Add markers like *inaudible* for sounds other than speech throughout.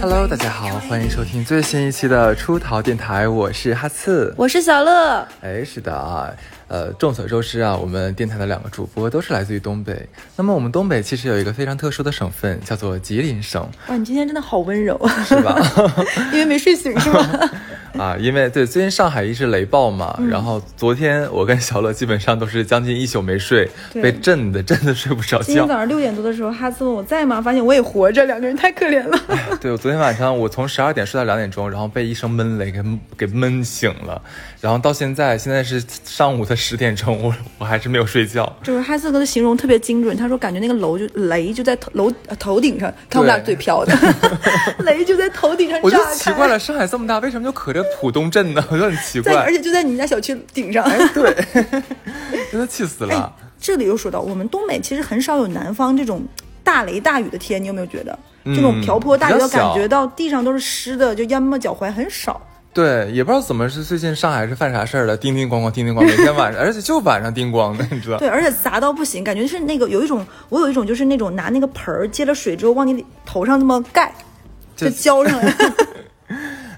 Hello，大家好，欢迎收听最新一期的出逃电台，我是哈刺。我是小乐，哎，是的啊，呃，众所周知啊，我们电台的两个主播都是来自于东北。那么我们东北其实有一个非常特殊的省份，叫做吉林省，哇，你今天真的好温柔，是 *laughs* 吧？ *laughs* 因为没睡 *laughs* 醒是吗？啊，因为对，最近上海一直雷暴嘛，然后昨天我跟小乐基本上都是将近一宿没睡，对被震的真的睡不着今天觉早。上六点多的时候，哈斯问我在吗？发现我也活着，两个人太可怜了。 *laughs* *laughs* 对，我昨天晚上我从十二点睡到两点钟，然后被一声闷雷给给闷醒了，然后到现在现在是上午的十点钟，我我还是没有睡觉。就是哈斯哥的形容特别精准，他说感觉那个楼就雷就在头楼呃头顶上，看我们俩对嘴 *laughs* 瓢的，雷就在头顶上我炸就开，奇怪了，上海这么大，为什么就可着浦东镇呢？我 *laughs* 就很奇在而怪，且就在你们家小区顶上。哎真的气死了。这里又说到，我们东北其实很少有南方这种大雷大雨的天，你有没有觉得？这种瓢泼大嗯雨比较的感小觉到地上都是湿的，就淹没脚踝，很少。对，也不知道怎么是最近上海是犯啥事儿了，叮叮咣咣，叮叮咣，每天晚上，而 *laughs* 且就晚上叮咣的，你知道？对，而且砸到不行，感觉是那个有一种，我有一种就是那种拿那个盆儿接了水之后往你头上那么盖，就就浇上来。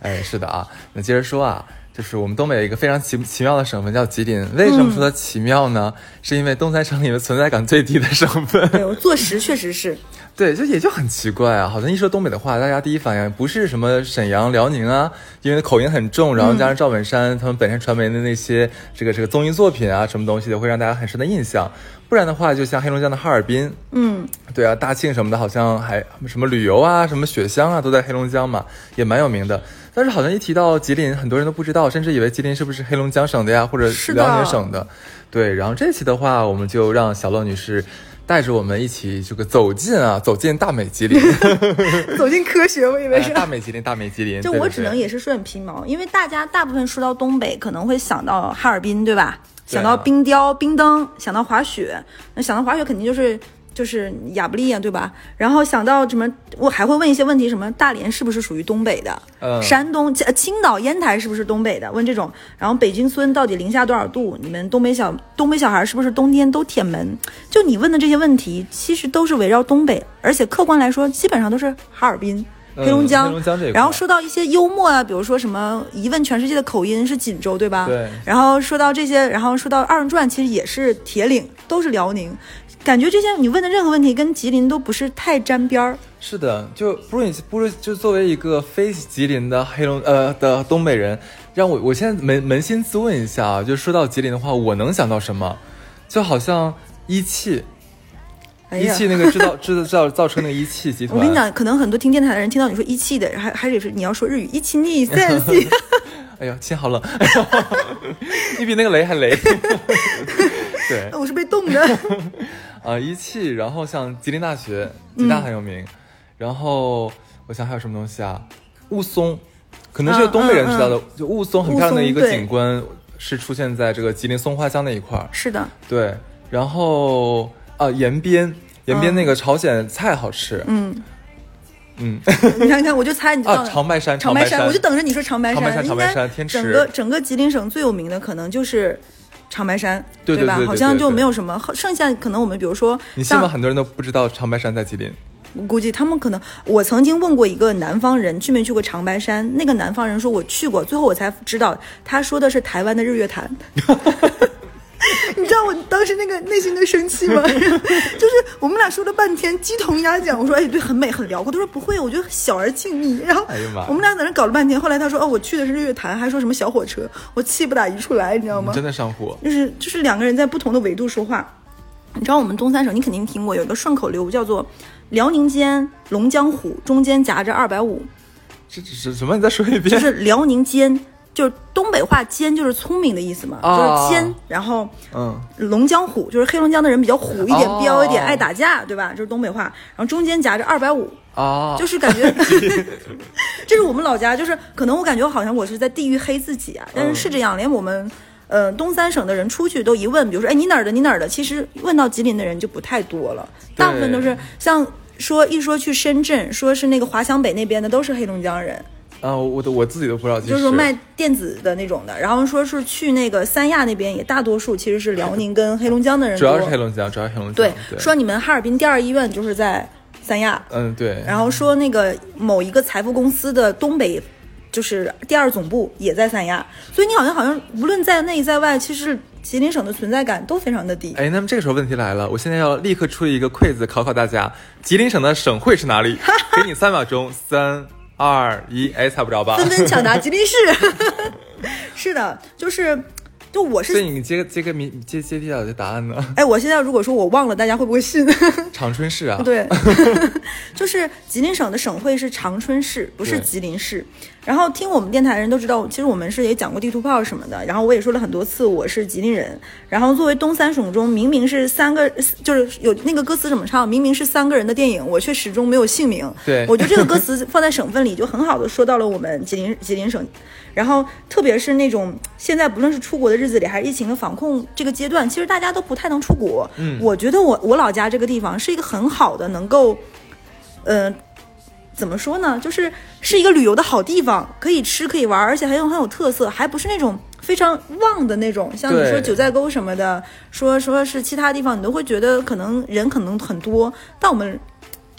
哎，是的啊。那接着说啊，就是我们东北有一个非常奇奇妙的省份叫吉林，为什么说它奇妙呢？是因为东三省里面存在感最低的省份。对，我坐实确实是，对，就也就很奇怪啊，好像一说东北的话，大家第一反应不是什么沈阳、辽宁啊，因为口音很重，然后加上赵本山、他们本山传媒的那些这个这个综艺作品啊，什么东西的，会让大家很深的印象。不然的话，就像黑龙江的哈尔滨，嗯，对啊，大庆什么的，好像还什么旅游啊、什么雪乡啊，都在黑龙江嘛，也蛮有名的。但是好像一提到吉林，很多人都不知道，甚至以为吉林是不是黑龙江省的呀，或者是的辽宁省的。对，然后这期的话，我们就让小乐女士带着我们一起这个走进啊，走进大美吉 *laughs* 林，走进科学，我以为哎是。大美吉林，大美吉林。就对我对只对能也是顺皮毛，因为大家大部分说到东北，可能会想到哈尔滨，对对啊吧？想到冰雕、冰灯，想到滑雪，那想到滑雪肯定就是就是亚布力啊，对吧？然后想到什么，我还会问一些问题，什么大连是不是属于东北的？嗯山东、呃青岛、烟台是不是东北的？问这种，然后北京村到底零下多少度？你们东北小东北小孩是不是冬天都舔门？就你问的这些问题，其实都是围绕东北，而且客观来说，基本上都是哈尔滨、嗯黑龙江，黑龙江这一块然后说到一些幽默啊，比如说什么一问全世界的口音是锦州，对吧？对然后说到这些，然后说到二人转，其实也是铁岭，都是辽宁。感觉这些你问的任何问题跟吉林都不是太沾边儿，是的，就不是你不是就作为一个非吉林的黑龙呃的东北人，让我我现在扪扪心自问一下啊，就说到吉林的话，我能想到什么？就好像一汽，哎一呀汽那个制造制造造车那个一汽集团， *laughs* 我跟你讲，可能很多听电台的人听到你说一汽的，还还得是你要说日语一汽你 sense，哎呦，心好 *laughs* *laughs* 冷，哎呦你比那个雷还雷。 *laughs* 对 *laughs* 啊、 *laughs* 我是被冻的。呃一汽，然后像吉林大学，吉嗯大很有名，然后我想还有什么东西啊？雾凇，可能是嗯东北人嗯知道的，就雾凇很漂亮的一雾个凇对景观，是出现在这个吉林松花江那一块儿。是的，对，然后啊，延边，延边嗯那个朝鲜菜好吃，嗯，嗯，你看你看，我就猜你知道啊，了。长白山，长白山，我就等着你说长白长白山应长白该山天池整个整个吉林省最有名的可能就是长白山，对对吧对对？好像就对对没有什么，后剩下可能我们比如说你信吗？像很多人都不知道长白山在吉林。估计他们可能，我曾经问过一个南方人去没去过长白山，那个南方人说我去过，最后我才知道他说的是台湾的日月潭。 *laughs* 你知道我当时那个内心的生气吗？就是我们俩说了半天鸡同鸭讲，我说哎对，很美很辽阔，他说不会，我觉得小而静谧。然后哎呀妈呀我们俩在那搞了半天，后来他说哦我去的是日月潭，还说什么小火车，我气不打一处来，你知道吗你？真的上火，就是就是两个人在不同的维度说话。你知道我们东三省，你肯定听过有一个顺口溜叫做“辽宁间龙江虎，中间夹着二百五这这这什么？你再说一”，遍。就是辽宁间，就是东北话“间”就是聪明的意思嘛，啊就是尖，然后嗯，龙江虎就是黑龙江的人比较虎一点哦、彪一点，爱打架，对吧？这是东北话，然后中间夹着二百五，啊，就是感 *laughs* 觉，这是我们老家，就是可能我感觉好像我是在地域黑自己啊，但是是这样，连我们。呃，东三省的人出去都一问，比如说，哎，你哪儿的？你哪儿的？其实问到吉林的人就不太多了，大部分都是像说一说去深圳，说是那个华强北那边的，都是黑龙江人，啊，我都我自己都不知道，其实就是说卖电子的那种的。然后说是去那个三亚那边，也大多数其实是辽宁跟黑龙江的人主多，要是黑龙江，主要是黑龙江。对，说你们哈尔滨第二医院就是在三亚，嗯，对，然后说那个某一个财富公司的东北。就是第二总部也在三亚，所以你好像好像无论在内在外，其实吉林省的存在感都非常的低。哎，那么这个时候问题来了，我现在要立刻出一个 quiz 考考大家，吉林省的省会是哪里？给你三秒钟，三二一，哎，猜不着吧？纷纷抢答吉林市， *laughs* 是的，就是，就我所是，以你接接个民接接地了的答案 *laughs* 呢？哎，我现在如果说我忘了，大家会不会信？长春市啊，对， *laughs* 就是吉林省的省会是长春市，不是对吉林市。然后听我们电台的人都知道，其实我们是也讲过地图炮什么的。然后我也说了很多次我是吉林人。然后作为东三省中明明是三个，就是有那个歌词怎么唱，明明是三个人的电影，我却始终没有姓名。对我觉得这个歌词放在省份里就很好的说到了我们吉林吉林省。然后，特别是那种现在不论是出国的日子里，还是疫情和防控这个阶段，其实大家都不太能出国。嗯，我觉得我我老家这个地方是一个很好的能够，呃，怎么说呢，就是是一个旅游的好地方，可以吃可以玩，而且很有很有特色，还不是那种非常旺的那种，像你对说九寨沟什么的，说说是其他地方，你都会觉得可能人可能很多，但我们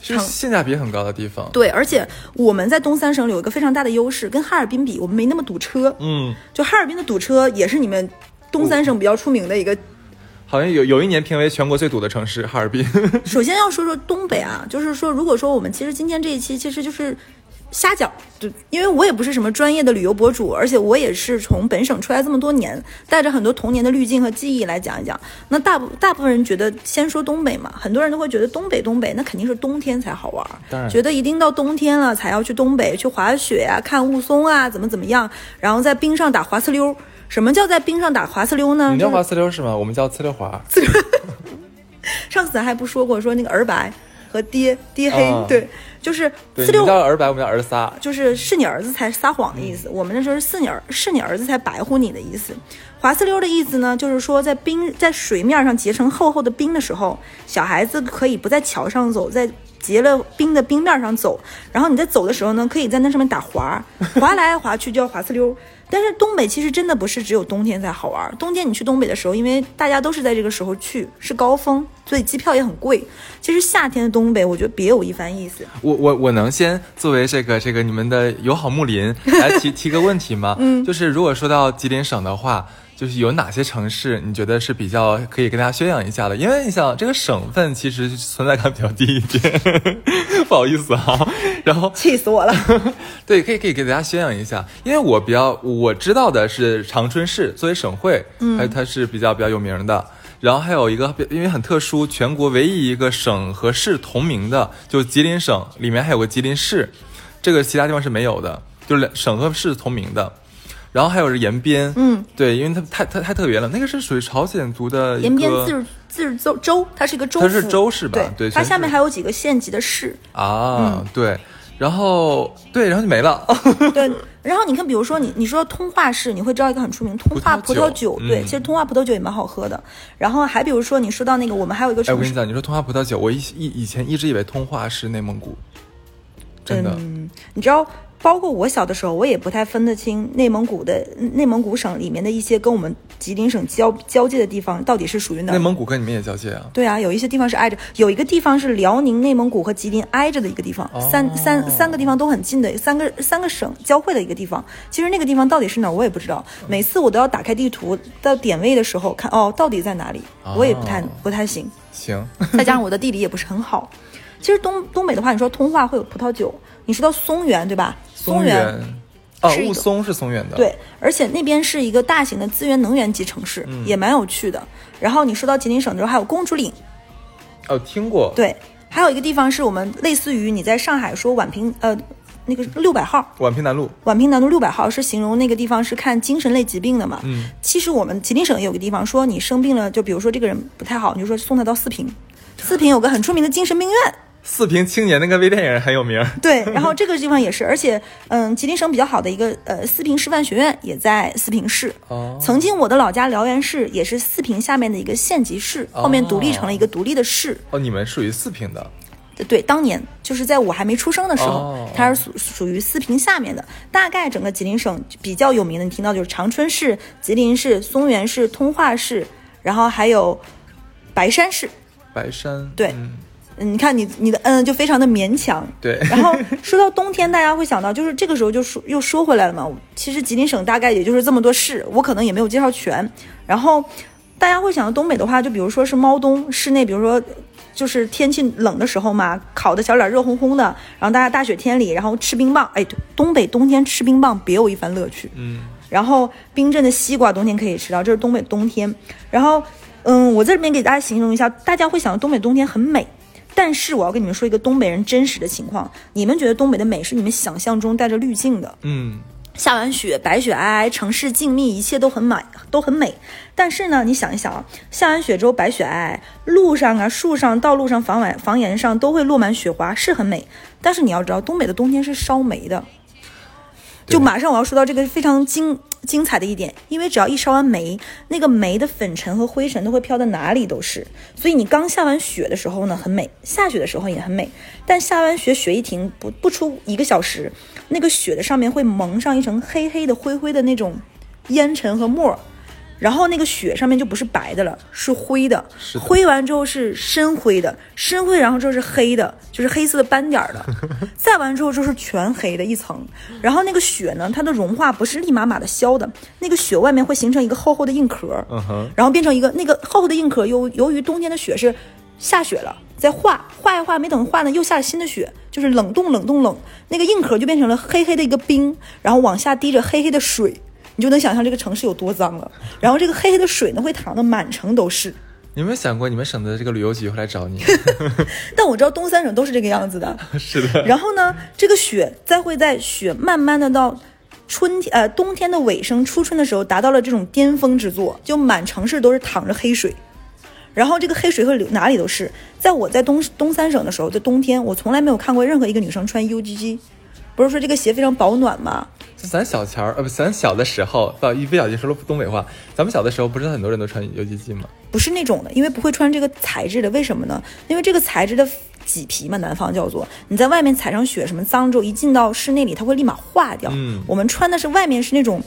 是性价比很高的地方。对，而且我们在东三省有一个非常大的优势，跟哈尔滨比，我们没那么堵车。嗯，就哈尔滨的堵车也是你们东三省比较出名的一个。好像有有一年评为全国最堵的城市，哈尔滨。首先要说说东北啊，就是说，如果说我们其实今天这一期其实就是瞎讲，就因为我也不是什么专业的旅游博主，而且我也是从本省出来这么多年，带着很多童年的滤镜和记忆来讲一讲。那大部大部分人觉得先说东北嘛，很多人都会觉得东北东北那肯定是冬天才好玩儿，当然觉得一定到冬天了才要去东北去滑雪啊、看雾凇啊，怎么怎么样，然后在冰上打滑呲溜儿。什么叫在冰上打滑呲溜呢？ *laughs* 你就叫是滑呲溜是吗？我们叫呲溜滑。上次咱还不说过，说那个儿白和爹爹黑，啊对，就是对，四你们六叫儿白，我们叫儿仨。就是是你儿子才撒谎的意思。我们那时候是是你儿是你儿子才白乎你的意思。滑四溜的意思呢，就是说在冰在水面上结成厚厚的冰的时候，小孩子可以不在桥上走，在结了冰的冰面上走。然后你在走的时候呢，可以在那上面打滑，滑来滑去就叫滑四溜。但是东北其实真的不是只有冬天才好玩，冬天你去东北的时候，因为大家都是在这个时候去，是高峰，所以机票也很贵。其实夏天的东北，我觉得别有一番意思。我我我能先作为这个这个你们的友好睦邻来提提个问题吗？嗯，就是如果说到吉林省的话，就是有哪些城市你觉得是比较可以跟大家宣扬一下的？因为你想这个省份其实存在感比较低一点， *laughs* 不好意思啊。然后气死我了！ *laughs* 对，可以可以给大家宣扬一下，因为我比较我知道的是长春市作为省会，嗯它它是比较比较有名的。然后还有一个，因为很特殊，全国唯一一个省和市同名的，就是吉林省里面还有个吉林市，这个其他地方是没有的，就是两省和市同名的。然后还有是延边，嗯，对，因为它太太太特别了，那个是属于朝鲜族的一延边个自治自治州州，它是一个州府，它是州是吧对对，它全下面是还有几个县级的市，啊，嗯对，然后对，然后就没了。 *laughs* 对。然后你看，比如说你你说通化市，你会知道一个很出名通化葡萄葡酒萄酒，嗯对，其实通化葡萄酒也蛮好喝的。然后还比如说你说到那个，我们还有一个哎，我城跟你市，讲，你说通化葡萄酒，我以以以前一直以为通化是内蒙古，真的。嗯，你知道。包括我小的时候，我也不太分得清内蒙古的内蒙古省里面的一些跟我们吉林省交交界的地方到底是属于哪内儿。蒙古跟你们也交界啊？对啊，有一些地方是挨着，有一个地方是辽宁、内蒙古和吉林挨着的一个地方，三三三个地方都很近的，三个三个省交汇的一个地方。其实那个地方到底是哪儿，我也不知道。每次我都要打开地图到点位的时候看，哦，到底在哪里，我也不太、哦不太行。行，再加上我的地理也不是很好。其实东东北的话，你说通化会有葡萄酒，你说到松原对吧？松原，啊，是一个雾凇是松原的，，对，而且那边是一个大型的资源能源级城市，也蛮有趣的。然后你说到吉林省的时候，还有公主岭。哦，听过，，对，还有一个地方是我们类似于你在上海说宛平呃那个六百号。宛平南路，宛平南路六百号是形容那个地方是看精神类疾病的嘛？嗯，其实我们吉林省也有个地方，说你生病了，就比如说这个人不太好，你就说送他到四平，四平有个很出名的精神病院，四平青年那个微电影很有名，对，然后这个地方也是，而且，嗯，吉林省比较好的一个呃四平师范学院也在四平市。哦曾经我的老家辽源市也是四平下面的一个县级市，后面独立成了一个独立的市。哦，你们属于四平的，对，当年就是在我还没出生的时候，哦它是属属于四平下面的。大概整个吉林省比较有名的，你听到就是长春市、吉林市、松原市、通化市，然后还有白山市。白山，对嗯嗯你看你你的嗯就非常的勉强。对 *laughs* 然后说到冬天，大家会想到就是这个时候就说又说回来了嘛。其实吉林省大概也就是这么多市，我可能也没有介绍全。然后大家会想到东北的话，就比如说是猫冬，室内比如说就是天气冷的时候嘛，烤的小脸热烘烘的，然后大家大雪天里，然后吃冰棒。哎，对东北冬天吃冰棒别有一番乐趣。嗯，然后冰镇的西瓜冬天可以吃到，这是东北冬天。然后，嗯，我在这边给大家形容一下，大家会想到东北冬天很美，但是我要跟你们说一个东北人真实的情况，你们觉得东北的美是你们想象中带着滤镜的。嗯，下完雪，白雪皑皑，城市静谧，一切都很美，都很美。但是呢，你想一想啊，下完雪之后，白雪皑皑，路上啊、树上、道路上、房檐房檐上都会落满雪花，是很美。但是你要知道，东北的冬天是烧煤的。就马上我要说到这个非常精精彩的一点，因为只要一烧完煤，那个煤的粉尘和灰尘都会飘到哪里都是。所以你刚下完雪的时候呢，很美；下雪的时候也很美。但下完雪，雪一停，不不出一个小时，那个雪的上面会蒙上一层黑黑的、灰灰的那种烟尘和沫儿。然后那个雪上面就不是白的了，是灰的，是的灰完之后是深灰的，深灰然后就是黑的，就是黑色的斑 *laughs* 点儿的，再完之后就是全黑的一层。然后那个雪呢，它的融化不是立马马的消的，那个雪外面会形成一个厚厚的硬壳，嗯哼，然后变成一个那个厚厚的硬壳。由由于冬天的雪是下雪了，再化化一化，没等化呢，又下了新的雪，就是冷冻冷冻冷，那个硬壳就变成了黑黑的一个冰，然后往下滴着黑黑的水，你就能想象这个城市有多脏了。然后这个黑黑的水呢，会淌得满城都是。你有没有想过你们省的这个旅游局会来找你？ *laughs* 但我知道东三省都是这个样子的。 *laughs* 是的，然后呢，这个雪再会在雪慢慢的到春天呃冬天的尾声、初春的时候，达到了这种巅峰之作，就满城市都是淌着黑水。然后这个黑水会流哪里都是。在我在东东三省的时候，在冬天，我从来没有看过任何一个女生穿 UGG。不是说这个鞋非常保暖吗？就咱小前儿，呃，不，咱小的时候，不，一不小心说了东北话，咱们小的时候不是很多人都穿 UGG 吗？不是那种的，因为不会穿这个材质的。为什么呢？因为这个材质的麂皮嘛，南方叫做，你在外面踩上雪什么脏之后，一进到室内里，它会立马化掉。嗯我们穿的是外面是那种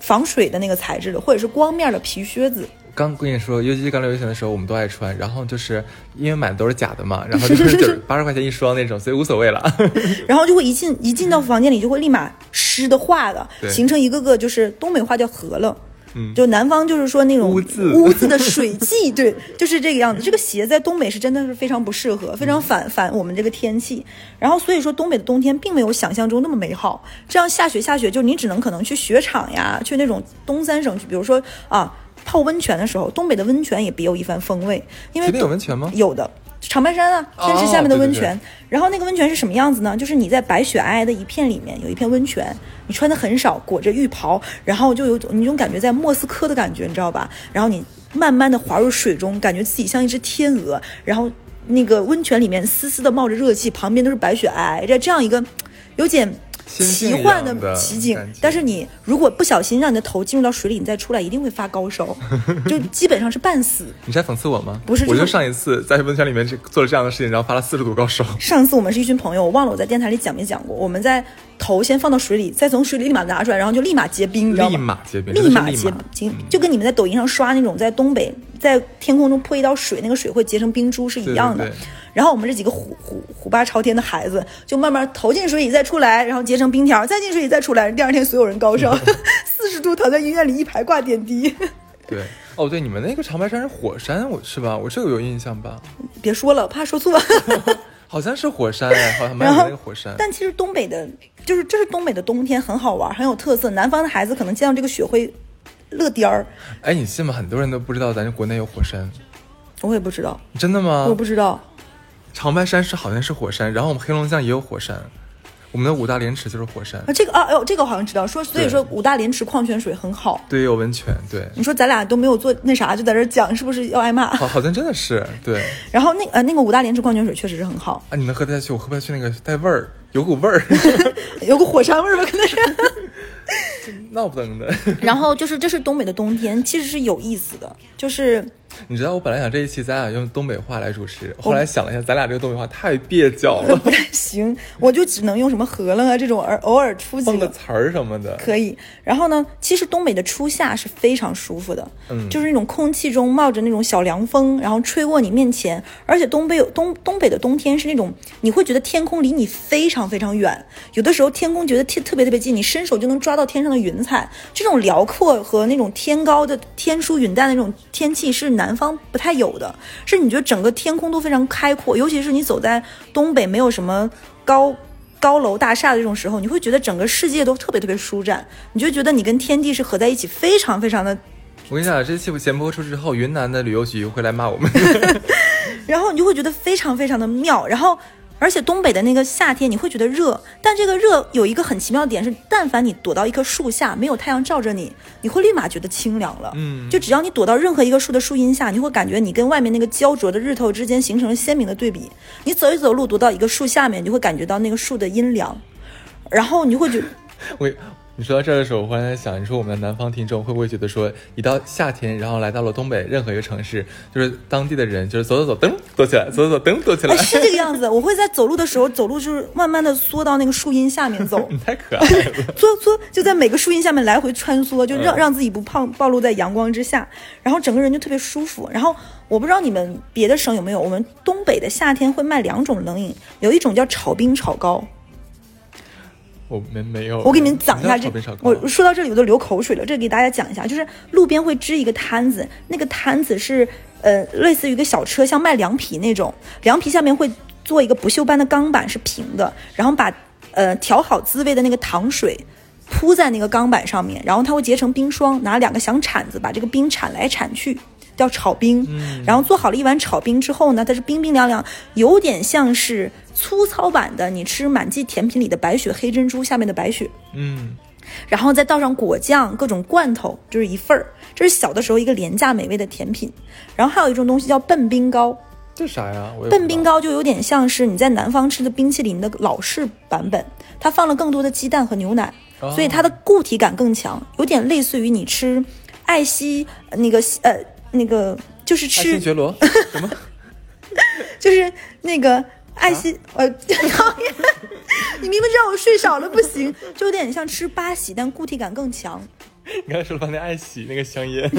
防水的那个材质的，或者是光面的皮靴子。刚跟你说，UGG 刚流行的时候，我们都爱穿，然后就是因为买的都是假的嘛，然后就是 *laughs* 九八十块钱一双那种，所以无所谓了。 *laughs* 然后就会一进一进到房间里就会立马湿的化的，对形成一个个就是东北话叫河了。嗯就南方就是说那种污渍污渍的水迹， *laughs* 对，就是这个样子。这个鞋在东北是真的是非常不适合，非常嗯反反我们这个天气。然后所以说东北的冬天并没有想象中那么美好。这样下雪下雪，就你只能可能去雪场呀，去那种东三省去，比如说啊泡温泉的时候，东北的温泉也别有一番风味，因为吉林有东温泉吗有的。长白山啊，天池哦下面的对对温对泉，然后那个温泉是什么样子呢？就是你在白雪皑皑的一片里面有一片温泉，你穿的很少，裹着浴袍，然后就有种你种感觉在莫斯科的感觉，你知道吧？然后你慢慢的滑入水中，感觉自己像一只天鹅，然后那个温泉里面丝丝的冒着热气，旁边都是白雪皑皑，这这样一个有点仙境奇一样幻的的奇景感觉，但是你如果不小心让你的头进入到水里，你再出来一定会发高 *laughs* 烧，就基本上是半死。你是在讽刺我吗？不是我就就是上一次在温泉里面这做了这样的事情，然后发了四十度高烧。上次我们是一群朋友，我忘了我在电台里讲没讲过，我们在头先放到水里，再从水里立马拿出来，然后就立马结冰，你知道吗？立马结冰立真马的是结立马嗯冰，就跟你们在抖音上刷那种在东北在天空中泼一道水，那个水会结成冰珠是一样的。对对对然后我们这几个虎虎虎爸朝天的孩子，就慢慢投进水里再出来，然后结成冰条，再进水里再出来，第二天所有人 *laughs* 高烧，四十度躺在医院里一排挂点滴。对，哦，对，你们那个长白山是火山，我是吧？我这个有印象吧？别说了，我怕说错。好像是火山哎，好像蛮然有那后个火山。但其实东北的，就是这是东北的冬天，很好玩，很有特色。南方的孩子可能见到这个雪会乐颠儿，哎，你信吗？很多人都不知道咱这国内有火山，我也不知道，真的吗？我不知道。长白山是好像是火山，然后我们黑龙江也有火山，我们的五大连池就是火山啊，，这个啊，哎呦，这个我好像知道。说，所以对说五大连池矿泉水很好。对，有温泉，对，你说咱俩都没有做那啥，就在这儿讲，是不是要挨骂？哦好，好像真的是对然后那呃那个五大连池矿泉水确实是很好， *laughs* 啊，你能喝得下去？我喝不下去那个带味儿，有股味儿， *laughs* 有个火山味儿吧，可 *laughs* 能是。闹不登的。然后就是这是东北的冬天，其实是有意思的，就是你知道我本来想这一期咱俩用东北话来主持，哦后来想了一下，咱俩这个东北话太蹩脚 *laughs* 了，不太行，我就只能用什么河楞啊这种而偶尔出几蹦个个。词儿什么的。可以，然后呢？其实东北的初夏是非常舒服的，就是那种空气中冒着那种小凉风，然后吹过你面前，而且东北有东东北的冬天是那种你会觉得天空离你非常非常远，有的时候天空觉得特特别特别近，你伸手就能抓到天上的云彩，这种辽阔和那种天高的天舒云淡的那种天气是南方不太有的，是你觉得整个天空都非常开阔，尤其是你走在东北没有什么高。高楼大厦的这种时候，你会觉得整个世界都特别特别舒展，你就觉得你跟天地是合在一起，非常非常的。我跟你讲，这期节目播出之后，云南的旅游局会来骂我 *laughs* 们。然后你就会觉得非常非常的妙。然后，而且东北的那个夏天，你会觉得热，但这个热有一个很奇妙的点是，但凡你躲到一棵树下，没有太阳照着你，你会立马觉得清凉了。嗯就只要你躲到任何一个树的树荫下，你会感觉你跟外面那个焦灼的日头之间形成了鲜明的对比。你走一走路，躲到一个树下面，你就会感觉到那个树的阴凉，然后你会觉我，你说到这儿的时候，我忽然在想，你说我们的南方听众会不会觉得说，一到夏天，然后来到了东北任何一个城市，就是当地的人就是走走走，噔躲起来，走走走，噔躲起来 *laughs* 哎，，是这个样子。我会在走路的时候，走路就是慢慢的缩到那个树荫下面走你，太可爱了。 *laughs* 缩缩就在每个树荫下面来回穿梭，就让嗯让自己不胖暴露在阳光之下，然后整个人就特别舒服。然后我不知道你们别的省有没有，我们东北的夏天会卖两种冷饮，有一种叫炒冰炒糕。我们没有，我给你们讲一下你知道这炒冰炒，糕我说到这里我都流口水了。这给大家讲一下，就是路边会支一个摊子，那个摊子是呃类似于一个小车，像卖凉皮那种，凉皮下面会做一个不锈钢的钢板，是平的，然后把呃调好滋味的那个糖水。铺在那个钢板上面，然后它会结成冰霜，拿两个小铲子把这个冰铲来铲去，叫炒冰。嗯然后做好了一碗炒冰之后呢，它是冰冰凉凉，有点像是粗糙版的你吃满记甜品里的白雪黑珍珠下面的白雪。嗯，然后再倒上果酱、各种罐头，就是一份儿。这是小的时候一个廉价美味的甜品。然后还有一种东西叫笨冰糕，这啥呀？我也不知道笨冰糕就有点像是你在南方吃的冰淇淋的老式版本，它放了更多的鸡蛋和牛奶，哦所以它的固体感更强，有点类似于你吃爱西呃那个呃那个就是爱新吃觉 *laughs* 罗什么？就是那个爱西、啊呃 *laughs* 讨厌，你明明知道我睡少了不行，就有点像吃八喜，但固体感更强。你刚才说了半天爱喜那个香 *laughs* 烟，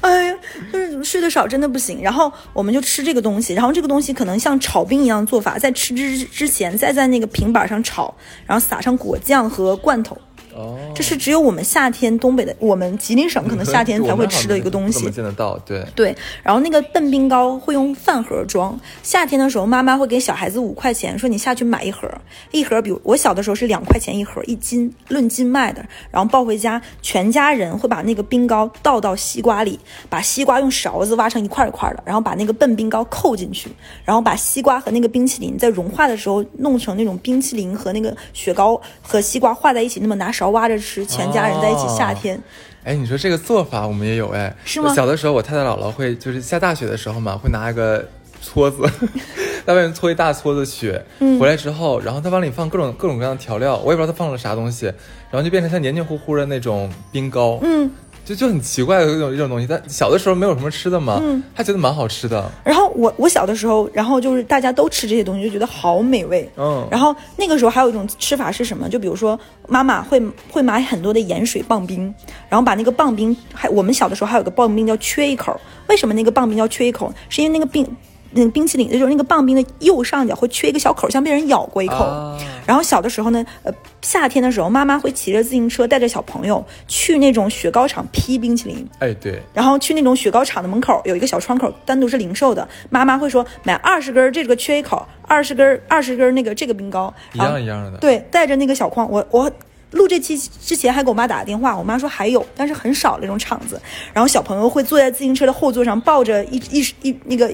哎呀，就是睡得少真的不行。然后我们就吃这个东西，然后这个东西可能像炒冰一样做法，在吃之之前再在那个平板上炒，然后撒上果酱和罐头。哦，这是只有我们夏天东北的，我们吉林省可能夏天才会吃的一个东我们好像不怎么西。见得到？对，对，然后那个笨冰糕会用饭盒装。夏天的时候，妈妈会给小孩子五块钱，说你下去买一盒，一盒，比如我小的时候是两块钱一盒，一斤，论斤卖的。然后抱回家，全家人会把那个冰糕倒到西瓜里，把西瓜用勺子挖成一块儿一块儿的，然后把那个笨冰糕扣进去，然后把西瓜和那个冰淇淋在融化的时候弄成那种冰淇淋和那个雪糕和西瓜化在一起，那么拿勺挖着吃，全家人在一起夏哦天。哎，你说这个做法我们也有哎，是吗我小的时候，我太太姥姥会就是下大雪的时候嘛，会拿一个搓子， *laughs* 在外面搓一大搓子雪，嗯回来之后，然后她往里放各种各种各样的调料，我也不知道她放了啥东西，然后就变成像黏黏糊糊的那种冰糕，嗯，就就很奇怪的一种一种东西。但小的时候没有什么吃的嘛，嗯，她觉得蛮好吃的，然后我我小的时候，然后就是大家都吃这些东西，就觉得好美味。嗯然后那个时候还有一种吃法是什么？就比如说妈妈会会买很多的盐水棒冰，然后把那个棒冰，还我们小的时候还有个棒冰叫缺一口。为什么那个棒冰叫缺一口？是因为那个冰。那个冰淇淋，就是那个棒冰的右上角会缺一个小口，像被人咬过一口。啊然后小的时候呢，呃，夏天的时候，妈妈会骑着自行车带着小朋友去那种雪糕厂批冰淇淋。哎，对，然后去那种雪糕厂的门口有一个小窗口，单独是零售的。妈妈会说买二十根儿这个缺一口，二十根儿二十根儿那个这个冰糕，一然后样一样的，对，带着那个小筐，我我录这期之前还给我妈打了电话，我妈说还有，但是很少那种场子。然后小朋友会坐在自行车的后座上，抱着一一一那个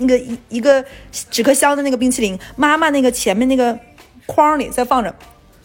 那个一一个纸壳箱的那个冰淇淋，妈妈那个前面那个筐里再放着。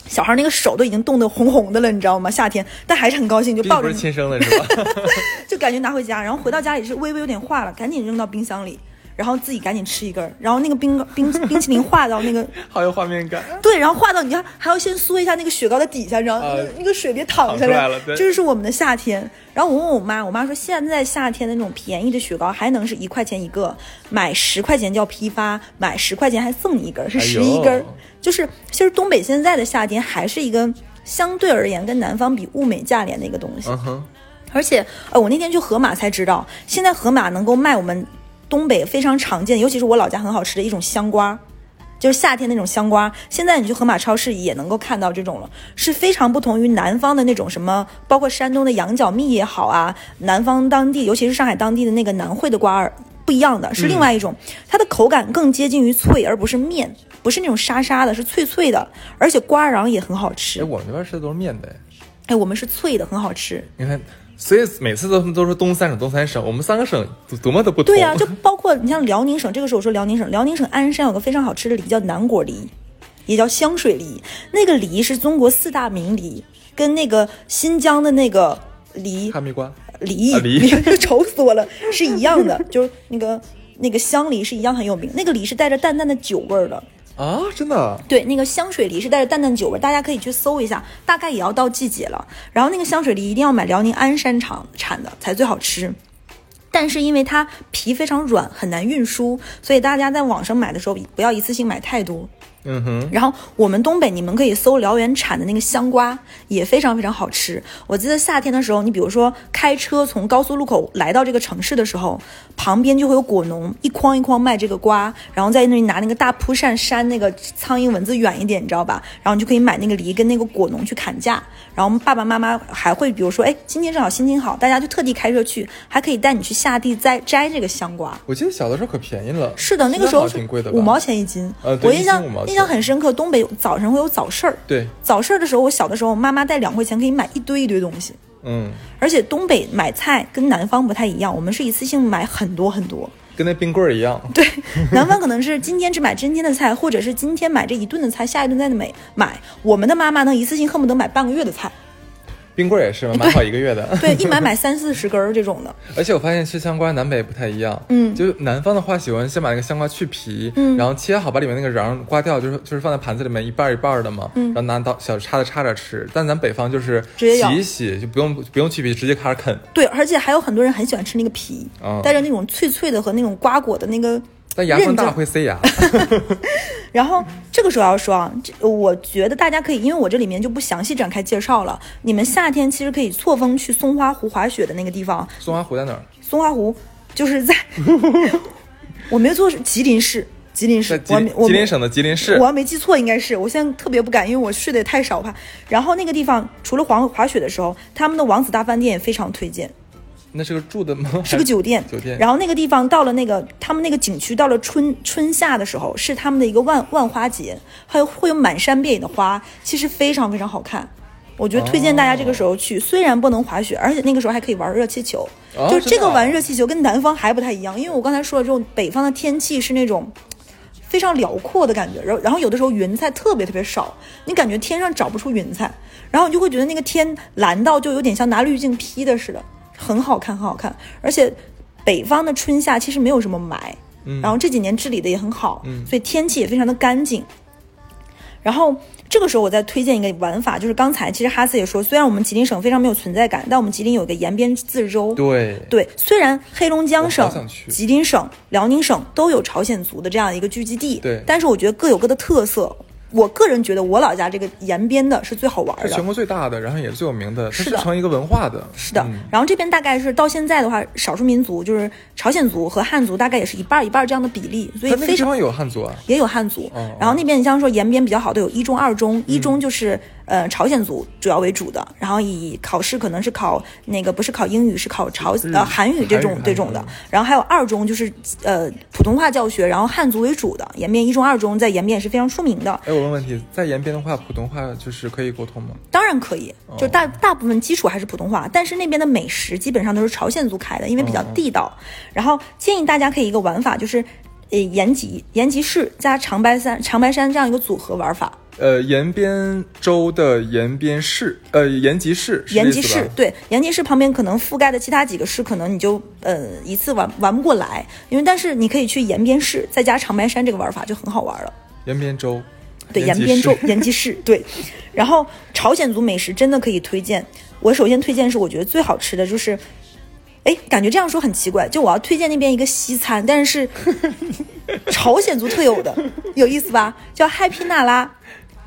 小孩那个手都已经冻得红红的了，你知道吗？夏天，但还是很高兴，就毕竟抱不着是 *laughs* 你亲生的是吧？ *laughs* 就感觉拿回家，然后回到家里是微微有点化了，赶紧扔到冰箱里。然后自己赶紧吃一根儿，然后那个冰冰冰淇淋化到那个 *laughs* 好有画面感。对，然后化到你看，还要先缩一下那个雪糕的底下，然后那个、啊那个水别淌淌下出来了对这就是我们的夏天。然后我问我妈，我妈说现在夏天的那种便宜的雪糕还能是一块钱一个，买十块钱叫批发，买十块钱还送你一根儿，是哎呦十一根儿。就是其实东北现在的夏天还是一个相对而言跟南方比物美价廉的一个东西。嗯哼，而且，呃，我那天去盒马才知道，现在盒马能够卖我们东北非常常见，尤其是我老家很好吃的一种香瓜，就是夏天那种香瓜。现在你去盒马超市也能够看到这种了，是非常不同于南方的那种什么，包括山东的羊角蜜也好啊，南方当地，尤其是上海当地的那个啊南汇的瓜儿。不一样的是另外一种，它的口感更接近于脆，而不是面，不是那种沙沙的，是脆脆的，而且瓜瓤也很好哎，吃。我们那边吃的都是面的哎，哎，我们是脆的，很好吃。你看，所以每次都都说东三省东三省，我们三个省多多么的不同。对呀、就包括你像辽宁省，这个时候我说辽宁省，辽宁省鞍山有个非常好吃的梨叫南果梨，也叫香水梨。那个梨是中国四大名梨，跟那个新疆的那个 *laughs* 梨哈密瓜，梨啊 *laughs* 梨愁死我了，是一样的，就是那个那个香梨是一样很有名。那个梨是带着淡淡的酒味儿的，啊，真的对，那个香水梨是带着淡淡酒味儿，大家可以去搜一下，大概也要到季节了。然后那个香水梨一定要买辽宁鞍山厂产的才最好吃。但是因为它皮非常软，很难运输，所以大家在网上买的时候不要一次性买太多。嗯哼，然后我们东北，你们可以搜辽源产的那个香瓜，也非常非常好吃。我记得夏天的时候，你比如说开车从高速路口来到这个城市的时候，旁边就会有果农一筐一筐卖这个瓜，然后在那里拿那个大蒲扇扇那个苍蝇蚊子远一点，你知道吧？然后你就可以买那个梨跟那个果农去砍价。然后爸爸妈妈还会比如说，哎，今天正好心情好，大家就特地开车去，还可以带你去下地摘摘这个香瓜。我记得小的时候可便宜了。是的，那现个在时候好是像挺贵的吧，五毛钱一斤。呃对我一印斤象五毛钱印象很深刻，东北早晨会有早市儿。对，早市儿的时候，我小的时候，我妈妈带两块钱可以买一堆一堆东西。嗯，而且东北买菜跟南方不太一样，我们是一次性买很多很多。跟那冰棍儿一样。对， *laughs* 南方可能是今天只买今天的菜，或者是今天买这一顿的菜，下一顿再买买。我们的妈妈呢，一次性恨不得买半个月的菜，冰棍儿也是嘛，买好一个月的。对，一买买三四十根儿这种的。而且我发现吃香瓜南北不太一样，嗯，就是南方的话喜欢先把那个香瓜去皮，嗯，然后切好把里面那个瓤刮掉，就是就是放在盘子里面一半儿一半儿的嘛，嗯，然后拿刀小叉子叉着吃。但咱北方就是直接咬洗一洗就不用不用去皮，直接开始啃。对，而且还有很多人很喜欢吃那个皮，嗯带着那种脆脆的和那种瓜果的那个。但牙缝韧劲大儿会塞 *laughs* 牙，然后这个时候要说啊，这我觉得大家可以，因为我这里面就不详细展开介绍了。你们夏天其实可以错峰去松花湖滑雪的那个地方，松花湖在哪儿？松花湖就 *laughs* 是在，我没错是吉林市，吉林在市，吉我还没林我吉没林省的吉林市我。要没记错应该是，我现在特别不敢，因为我睡得也太少，怕。然后那个地方除了滑滑雪的时候，他们的王子大饭店也非常推荐，那是个住的吗？是个酒店，酒店然后那个地方到了那个他们那个景区，到了春春夏的时候，是他们的一个万万花节，还有会有满山遍野的花，其实非常非常好看。我觉得推荐大家这个时候去，虽然不能滑雪，而且那个时候还可以玩热气球。哦就是这真的个啊玩热气球跟南方还不太一样，因为我刚才说了，这种北方的天气是那种非常辽阔的感觉，然后然后有的时候云彩特别特别少，你感觉天上找不出云彩，然后你就会觉得那个天蓝到就有点像拿滤镜 P 的似的，很好看，很好看。而且北方的春夏其实没有什么霾，然后这几年治理的也很好，所以天气也非常的干净。然后这个时候我再推荐一个玩法，就是刚才其实哈斯也说，虽然我们吉林省非常没有存在感，但我们吉林有一个延边自治州，对，对，虽然黑龙江省我好想、去吉林省、辽宁省都有朝鲜族的这样一个聚集地，对但是我觉得各有各的特色。我个人觉得我老家这个延边的是最好玩是全的，国最大的，然后也是最有名的，它是是的成一个文化的。是的。然后这边大概是到现在的话，少数民族就是朝鲜族和汉族大概也是一半儿一半儿这样的比例，所以它那个非地常方有汉族啊，也有汉族，哦嗯然后那边你像说延边比较好的有一中、二中，一中就是呃朝鲜族主要为主的，然后以考试可能是考那个不是考英语，是考朝呃韩语这种韩语这种的韩语，然后还有二中就是呃普通话教学，然后汉族为主的，延边一中、二中在延边也是非常出名的，哎，我问问题，在延边的话，普通话就是可以沟通吗？当然可以，哦就大、大部分基础还是普通话，但是那边的美食基本上都是朝鲜族开的，因为比较地哦道。然后建议大家可以一个玩法，就是呃延吉延吉市加长白山长白山这样一个组合玩法。呃，延边州的延边市，呃，延吉市，是这延意吉思吧市，对，延吉市旁边可能覆盖的其他几个市，可能你就呃一次玩玩不过来，因为但是你可以去延边市，再加长白山这个玩法就很好玩了。延边州，对，延延吉边市州、 *laughs* 延吉市，对。然后朝鲜族美食真的可以推荐，我首先推荐是我觉得最好吃的就是，哎，感觉这样说很奇怪，就我要推荐那边一个西餐，*laughs* 但是朝鲜族特有的，有意思吧？叫嗨皮娜拉，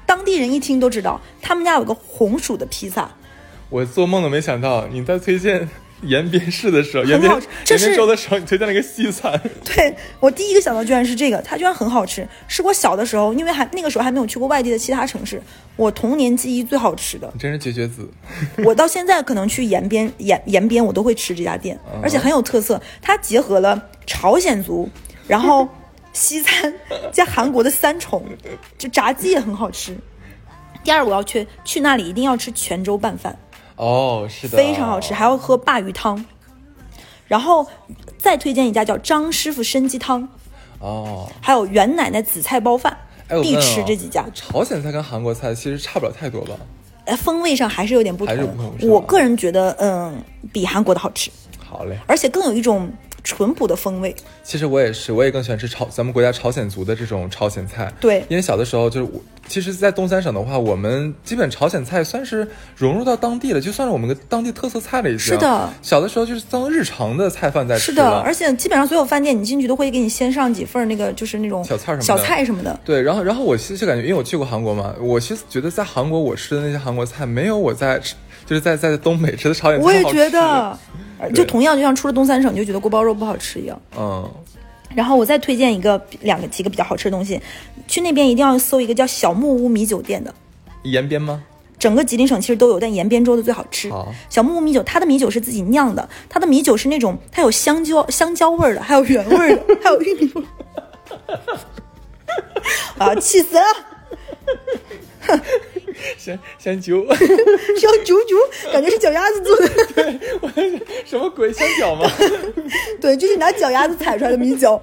当地人一听都知道，他们家有个红薯的披萨。 *laughs* 我做梦都没想到你在推荐延边市的时候，延很边好吃这延是边州的时候，你推荐了一个西餐，对我第一个想到居然是这个，它居然很好吃，是我小的时候，因为还那个时候还没有去过外地的其他城市，我童年记忆最好吃的。你真是绝绝子。 *laughs* 我到现在可能去延边延延边，我都会吃这家店，而且很有特色。它结合了朝鲜族，然后西餐加韩国的三重，就炸鸡也很好吃。第二，我要去去那里一定要吃泉州拌饭，哦，是的，非常好吃，还要喝鲅鱼汤。然后再推荐一家叫张师傅参鸡汤，哦。还有袁奶奶紫菜包饭，哎，我必问吃啊这几家。朝鲜菜跟韩国菜其实差不了太多吧？呃，风味上还是有点不还同是有不同是吧我个人觉得，嗯，比韩国的好吃。好嘞，而且更有一种淳朴的风味。其实我也是，我也更喜欢吃朝咱们国家朝鲜族的这种朝鲜菜。对因为小的时候就是我，其实，在东三省的话，我们基本朝鲜菜算是融入到当地了，就算是我们个当地特色菜了已经。是的，小的时候就是当日常的菜饭在吃是了。的，而且基本上所有饭店你进去都会给你先上几份儿那个就是那种小菜什么的小菜什么的。对，然后然后我其实感觉，因为我去过韩国嘛，我其实觉得在韩国我吃的那些韩国菜，没有我在吃就是在在东北吃的朝鲜菜我也好吃觉，得，呃就对同样就像出了东三省，你就觉得锅包肉不好吃一样。嗯，然后我再推荐一个两个几个比较好吃的东西，去那边一定要搜一个叫小木屋米酒店的。延边吗？整个吉林省其实都有，但延边州的最好吃。好小木屋米酒，它的米酒是自己酿的，它的米酒是那种它有香蕉香蕉味儿的，还有原味儿的，还有玉米味儿。啊，气死了！先先揪， *laughs* 香啾啾，感觉是脚丫子做的，什么鬼？先饺吗？ *laughs* *laughs* 对，就是拿脚丫子踩出来的米酒，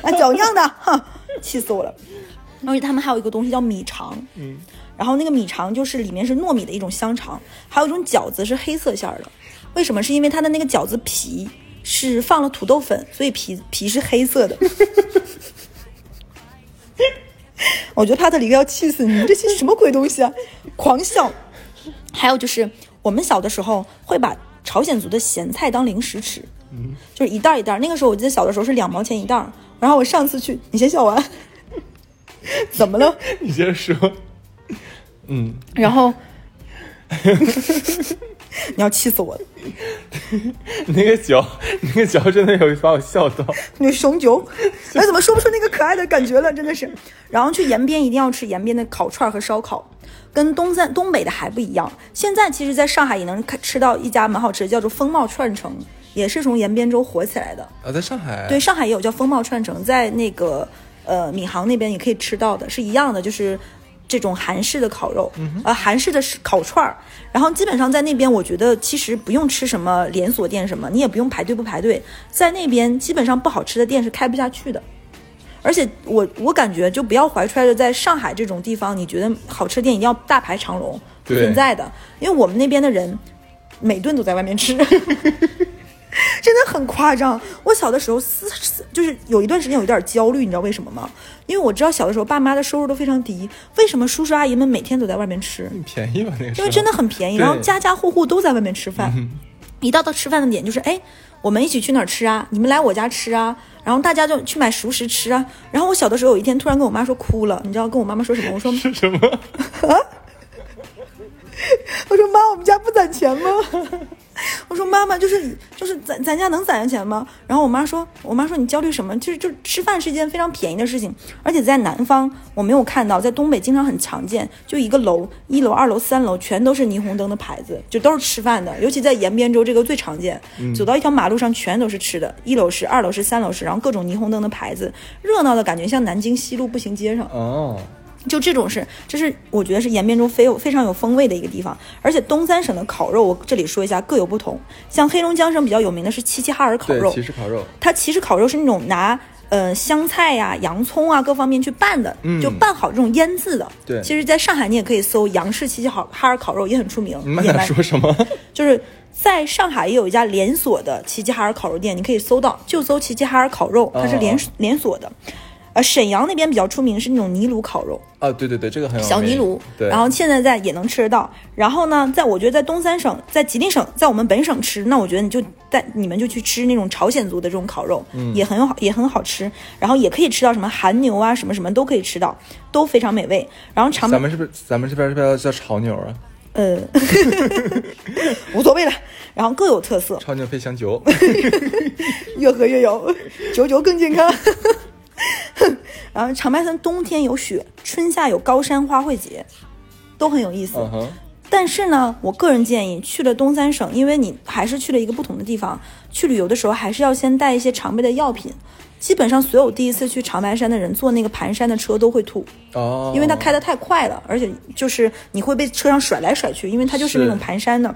啊，脚酿的，哈，气死我了。而且他们还有一个东西叫米肠，嗯，然后那个米肠就是里面是糯米的一种香肠，还有一种饺子是黑色馅儿的，为什么？是因为它的那个饺子皮是放了土豆粉，所以皮皮是黑色的。 *laughs* 我觉得帕特里克要气死你，这些什么鬼东西啊！狂笑。还有就是，我们小的时候会把朝鲜族的咸菜当零食吃，就是一袋儿一袋儿。那个时候我记得小的时候是两毛钱一袋儿，然后我上次去，你先笑完， *laughs* 怎么了？你接着说。嗯，然后你要气死我了， *laughs* 那个脚，那个脚真的有把我笑 *laughs* 到。那熊酒，哎，怎么说不出那个可爱的感觉了？真的是。然后去延边一定要吃延边的烤串儿和烧烤，跟东三东北的还不一样。现在其实在上海也能看吃到一家蛮好吃的，叫做风貌串城，也是从延边州火起来的。啊，在上海，对，，上海也有叫风貌串城，在那个呃闵行那边也可以吃到的，是一样的，就是这种韩式的烤肉，呃韩式的是烤串儿。然后基本上在那边，我觉得其实不用吃什么连锁店什么，你也不用排队不排队，在那边基本上不好吃的店是开不下去的。而且我我感觉就不要怀揣着在上海这种地方，你觉得好吃的店一定要大排长龙不对存在的，因为我们那边的人每顿都在外面吃。 *laughs* 真的很夸张。我小的时候思思就是有一段时间有一点焦虑，你知道为什么吗？因为我知道小的时候爸妈的收入都非常低，为什么叔叔阿姨们每天都在外面吃？便宜吧那个时候。因为真的很便宜，对然后家家户户都在外面吃饭。一到到吃饭的点就是，哎，我们一起去哪儿吃啊？你们来我家吃啊？然后大家就去买熟食吃啊。然后我小的时候有一天突然跟我妈说哭了，你知道跟我妈妈说什么？我说是什么？我说妈，我们家不攒钱吗？ *laughs* 我说妈妈，就是就是咱咱家能攒下钱吗？然后我妈说，我妈说你焦虑什么？就是就是吃饭是一件非常便宜的事情，而且在南方我没有看到，在东北经常很常见，就一个楼，一楼、二楼、三楼全都是霓虹灯的牌子，就都是吃饭的，尤其在延边州这个最常见，走到一条马路上全都是吃的，一楼是，二楼是，三楼是，然后各种霓虹灯的牌子，热闹的感觉像南京西路步行街上。哦，就这种是，这是我觉得是延边中非有非常有风味的一个地方。而且东三省的烤肉，我这里说一下各有不同。像黑龙江省比较有名的是齐齐哈尔烤对，肉骑，士烤肉，它其实烤肉是那种拿呃香菜呀、洋葱啊各方面去拌的，嗯就拌好这种腌制的。对其实在上海你也可以搜洋式齐齐好哈尔烤肉也很出名，你们也俩蛮说什么？就是在上海也有一家连锁的齐齐哈尔烤肉店，你可以搜到，就搜齐齐哈尔烤肉，它是连、哦连锁的。呃，沈阳那边比较出名是那种泥炉烤肉，啊，对对对，这个很有小名泥炉，对，然后现在在也能吃得到。然后呢，在我觉得在东三省，在吉林省，在我们本省吃，那我觉得你就在你们就去吃那种朝鲜族的这种烤肉，嗯也很有好，也很好吃。然后也可以吃到什么韩牛啊，什么什么都可以吃到，都非常美味。然后长白咱们是不是咱们这边是不是叫炒牛啊？呃， *laughs* 无所谓了。然后各有特色，炒牛配香 *laughs* 酒，越喝越有，九九更健康。 *laughs* 然后长白山冬天有雪，春夏有高山花卉节，都很有意思。嗯哼，但是呢，我个人建议去了东三省，因为你还是去了一个不同的地方，去旅游的时候还是要先带一些常备的药品。基本上所有第一次去长白山的人坐那个盘山的车都会吐，哦，因为它开得太快了，而且就是你会被车上甩来甩去，因为它就是那种是盘山的，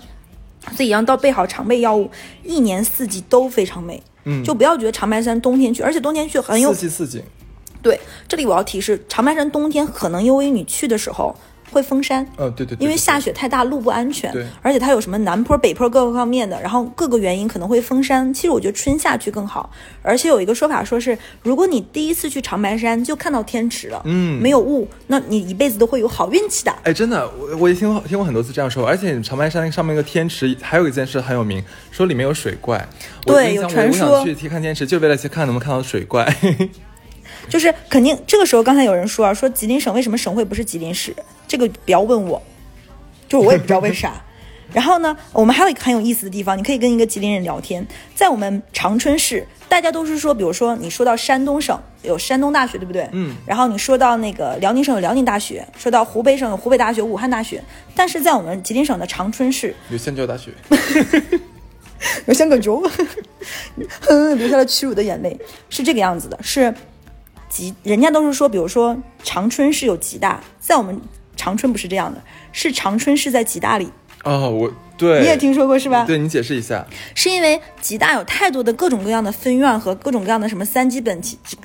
所以要到备好常备药物，一年四季都非常美。嗯，就不要觉得长白山冬天去，而且冬天去很有四季四景，对。这里我要提示，长白山冬天可能因为你去的时候会封山，嗯，对对，对因为对下雪太大，路不安全对，而且它有什么南坡、北坡各个方面的，然后各个原因可能会封山。其实我觉得春夏去更好，而且有一个说法说是，如果你第一次去长白山就看到天池了，嗯，没有雾，那你一辈子都会有好运气的。哎，真的，我我也听过听过很多次这样说，而且长白山上面那个天池，还有一件事很有名，说里面有水怪。我对印有象我传我说想去去看天池，就为了去看能不能看到水怪。 *laughs* 就是肯定这个时候，刚才有人说啊，说吉林省为什么省会不是吉林市？这个不要问我，就是我也不知道为啥。然后呢，我们还有一个很有意思的地方，你可以跟一个吉林人聊天。在我们长春市，大家都是说，比如说你说到山东省有山东大学，对不对？嗯。然后你说到那个辽宁省有辽宁大学，说到湖北省有湖北大学、武汉大学，但是在我们吉林省的长春市，有县教大学，有香港酒， *laughs* 哼，流下了屈辱的眼泪，是这个样子的，是吉，人家都是说，比如说长春是有吉大，在我们长春不是这样的，是长春是在吉大里，哦，我对，你也听说过是吧？对你解释一下，是因为吉大有太多的各种各样的分院和各种各样的什么三基本，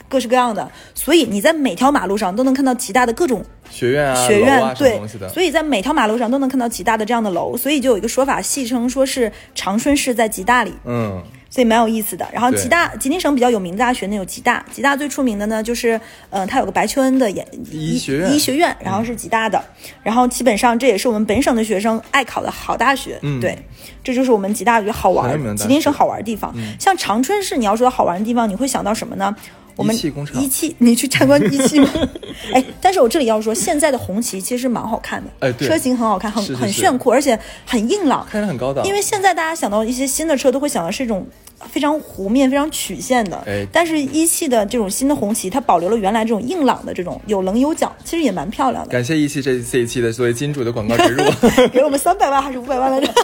各式各样的，所以你在每条马路上都能看到吉大的各种学院啊，学院、楼啊，什么对东西的，，所以在每条马路上都能看到吉大的这样的楼，所以就有一个说法戏称说是长春市在吉大里。嗯，所以蛮有意思的。然后对吉大吉林省比较有名的大学呢有吉大，吉大最出名的呢就是，呃，它有个白求恩的研医学院嗯医学院，然后是吉大的，然后基本上这也是我们本省的学生爱考的好大学。嗯对，这就是我们吉大觉得好玩很有名的儿，大学嗯吉林省好玩的地方。像长春市，你要说好玩的地方，你会想到什么呢？我们一汽工厂一汽，你去参观一汽吗？ *laughs* 哎，但是我这里要说，现在的红旗其实蛮好看的，哎对车型很好看，很是是很是炫酷，而且很硬朗，看着很高档，因为现在大家想到一些新的车，都会想到是一种非常弧面、非常曲线的。哎但是一汽的这种新的红旗，它保留了原来这种硬朗的这种有棱有角，其实也蛮漂亮 *laughs* 的。感谢一汽这这一期的作为金主的广告植 *laughs* 入，给我们三百万还是五百万来着？ *laughs*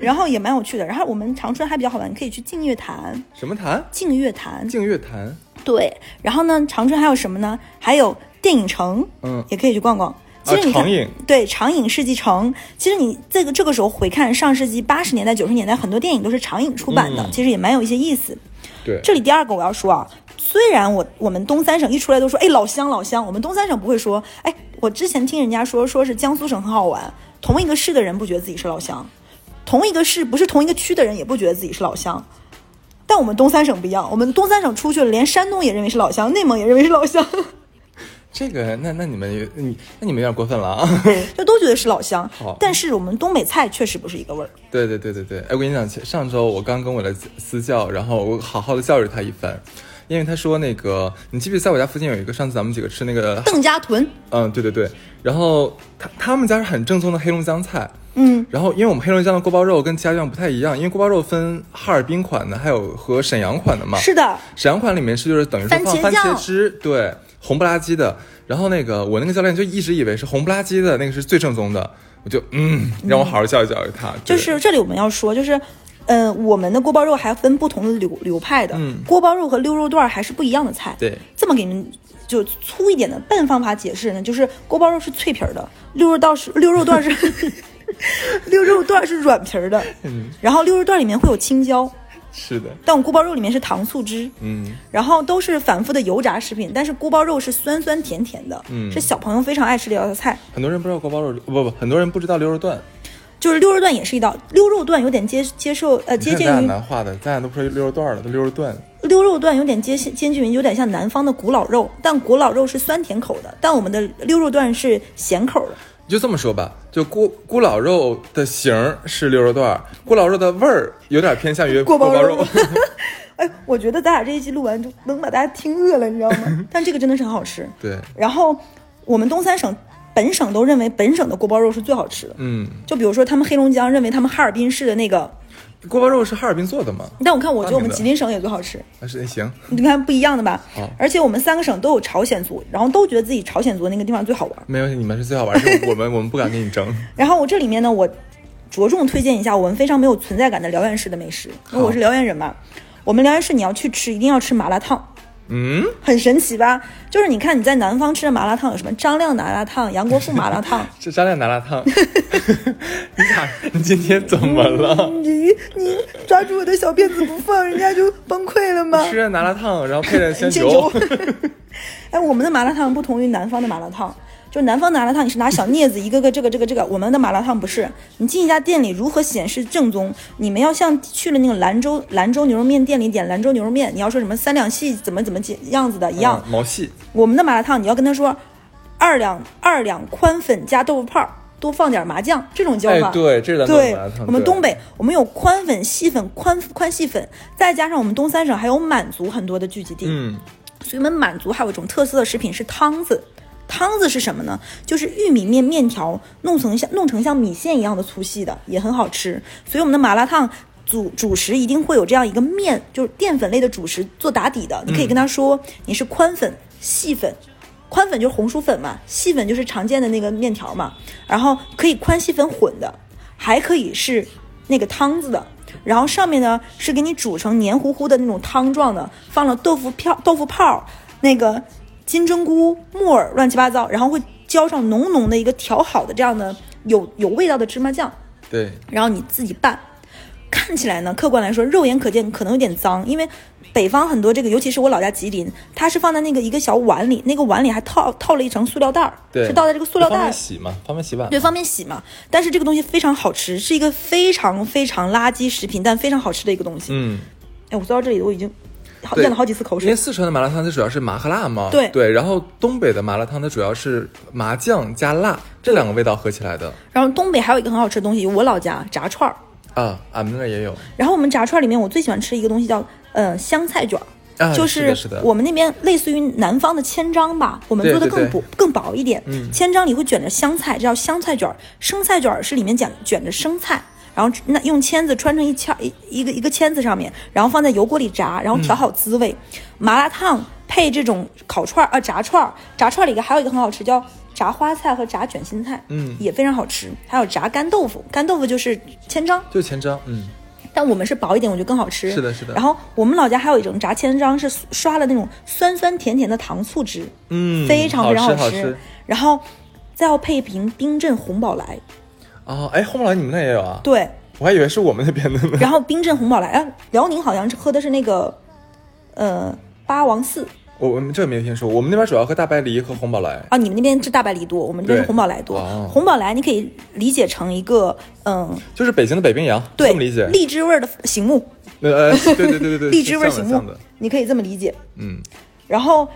然后也蛮有趣的。然后我们长春还比较好玩，可以去净月潭。什么坛？净月潭，净月潭，对。然后呢，长春还有什么呢？还有电影城，嗯啊也可以去逛逛。其实你看，长影对长影世纪城，其实你这个这个时候回看上世纪八十年代、九十年代很多电影都是长影出版的，嗯其实也蛮有一些意思。对，这里第二个我要说啊，虽然我我们东三省一出来都说哎老乡老乡，我们东三省不会说哎，我之前听人家说说是江苏省很好玩，同一个市的人不觉得自己是老乡，同一个市不是同一个区的人也不觉得自己是老乡。但我们东三省不一样，我们东三省出去了，连山东也认为是老乡，内蒙也认为是老 *laughs* 乡，这个那那你们有你那你们有点过分了啊！ *laughs* 就都觉得是老乡好。但是我们东北菜确实不是一个味儿。对对对对对，哎，我跟你讲，前上周我刚跟我的私教，然后我好好的教育他一番，因为他说那个，你记不记得在我家附近有一个，上次咱们几个吃那个， *laughs* 邓家屯，嗯，对对对，然后他他们家是很正宗的黑龙江菜，嗯，然后因为我们黑龙江的锅包肉跟其他地方不太一样，因为锅包肉分哈尔滨款的，还有和沈阳款的嘛，是的，沈阳款里面是就是等于说番放茄番酱茄汁，对，红不拉几的。然后那个我那个教练就一直以为是红不拉几的那个是最正宗的，我就嗯，让我好好教育教育他，就对是这里我们要说，就是，呃，我们的锅包肉还分不同的流流派的，嗯锅包肉和溜肉段儿还是不一样的菜。对，这么给你们就粗一点的笨方法解释呢，就是锅包肉是脆皮儿的，溜肉段是 *laughs* 溜肉段嗯是溜肉段是软皮儿的，然后溜肉段里面会有青椒。是的，但我锅包肉里面是糖醋汁，嗯，然后都是反复的油炸食品，但是锅包肉是酸酸甜甜的，嗯是小朋友非常爱吃的一道菜。很多人不知道锅包肉，不不，很多人不知道溜肉段。就是溜肉段也是一道，溜肉段有点接接受呃你接看近咱俩于难画的，咱俩都不是溜肉段了，都溜肉段。溜肉段有点接近接近于有点像南方的古老肉，但古老肉是酸甜口的，但我们的溜肉段是咸口的。 *laughs* 就这么说吧，就咕咕老肉的形儿是溜肉段，咕老肉的味儿有点偏向于锅锅包包肉肉。 *laughs* 哎，我觉得咱俩这一期录完就能把大家听饿了，你知道 *laughs* 吗？但这个真的是很好吃。 *laughs* 对，然后我们东三省本省都认为本省的锅包肉是最好吃的，嗯，就比如说他们黑龙江认为他们哈尔滨市的那个，锅包肉是哈尔滨做的吗？但我看我觉得我哈尔滨们的吉林省也最好吃。那是哎行，你看不一样的吧好？而且我们三个省都有朝鲜族，然后都觉得自己朝鲜族那个地方最好玩。没有你们是最好玩，是我 *laughs* 们我们不敢跟你争。然后我这里面呢，我着重推荐一下我们非常没有存在感的辽源市的美食，因为我是辽源人嘛。我们辽源市你要去吃，一定要吃麻辣烫，嗯，很神奇吧？就是你看你在南方吃的麻辣烫有什么张亮麻辣烫、杨国富麻辣烫，这张亮麻辣烫， *laughs* 你咋？你今天怎么了？你你抓住我的小辫子不放，人家就崩溃了吗？吃着麻辣烫，然后配着鲜 *laughs* 这酒嗯种，哎，我们的麻辣烫不同于南方的麻辣烫，就南方的麻辣烫你是拿小镊子一个个这个这个这个，我们的麻辣烫不是。你进一家店里如何显示正宗？你们要像去了那个兰州 *laughs* 兰州牛肉面店里点兰州牛肉面，你要说什么三两细怎么怎么样子的一样嗯，毛细，我们的麻辣烫你要跟他说二两二两宽粉加豆腐泡儿。多放点麻酱，这种叫哎法、，对，这是咱们对的麻辣烫。我们对东北，我们有宽粉、细粉、宽宽细粉，再加上我们东三省还有满族很多的聚集地，嗯，所以我们满族还有一种特色的食品是汤子。汤子是什么呢？就是玉米面面条弄成像弄成像米线一样的粗细的，也很好吃。所以我们的麻辣烫主主食一定会有这样一个面，就是淀粉类的主食做打底的。你可以跟他说你是宽粉、细粉。宽粉就是红薯粉嘛，细粉就是常见的那个面条嘛，然后可以宽细粉混的，还可以是那个汤子的，然后上面呢是给你煮成黏糊糊的那种汤状的，放了豆腐票、豆腐泡、那个金针菇、木耳，乱七八糟，然后会浇上浓浓的一个调好的这样的有有味道的芝麻酱，对，然后你自己拌。看起来呢，客观来说，肉眼可见可能有点脏，因为北方很多这个，尤其是我老家吉林，它是放在那个一个小碗里，那个碗里还套套了一层塑料袋儿，对，是倒在这个塑料袋方儿便，洗嘛，方便洗碗。对，方便洗嘛。但是这个东西非常好吃，是一个非常非常垃圾食品，但非常好吃的一个东西。嗯，哎，我说到这里，我已经好对咽了好几次口因为水。四川的麻辣烫它主要是麻和辣嘛，对对，然后东北的麻辣烫它主要是麻酱加辣这两个味道合起来的然后东北还有一个很好吃的东西，我老家炸串儿。啊，俺们那儿也有，然后我们炸串里面，我最喜欢吃一个东西叫呃香菜卷儿。啊就是的是的我们那边类似于南方的千张吧，我们对做的对更对嗯薄更薄一点。千张里会卷着香菜，这叫香菜卷儿。生菜卷儿是里面卷卷着生菜，然后那用签子穿成一圈一一个一个签子上面，然后放在油锅里炸，然后调好滋味。麻辣烫配这种烤串儿啊、炸串儿，炸串儿里还有一个很好吃叫。炸花菜和炸卷心菜，嗯也非常好吃。还有炸干豆腐，干豆腐就是千张，就前张，嗯，但我们是薄一点，我觉得更好吃。是的是的然后我们老家还有一种炸千张，是刷了那种酸酸甜甜的糖醋汁，嗯非常非常好吃吃。好吃然后再要配一瓶冰镇红宝来，哦，哎，后来你们那儿也有啊？ *laughs* 对。我还以为是我们那边的呢。 *laughs* 然后冰镇红宝来，啊，辽宁好像是喝的是那个，呃，八王寺我我们这没听说，我们那边主要喝大白梨和红宝来。啊，你们那边是大白梨多，我们这边是对红宝来多。哦红宝来你可以理解成一个，嗯，就是北京的北冰洋，对，这么理解？荔枝味儿的醒目， *laughs* 呃，对对对对对，荔枝味儿是这醒样的目这样的，你可以这么理解。嗯，然后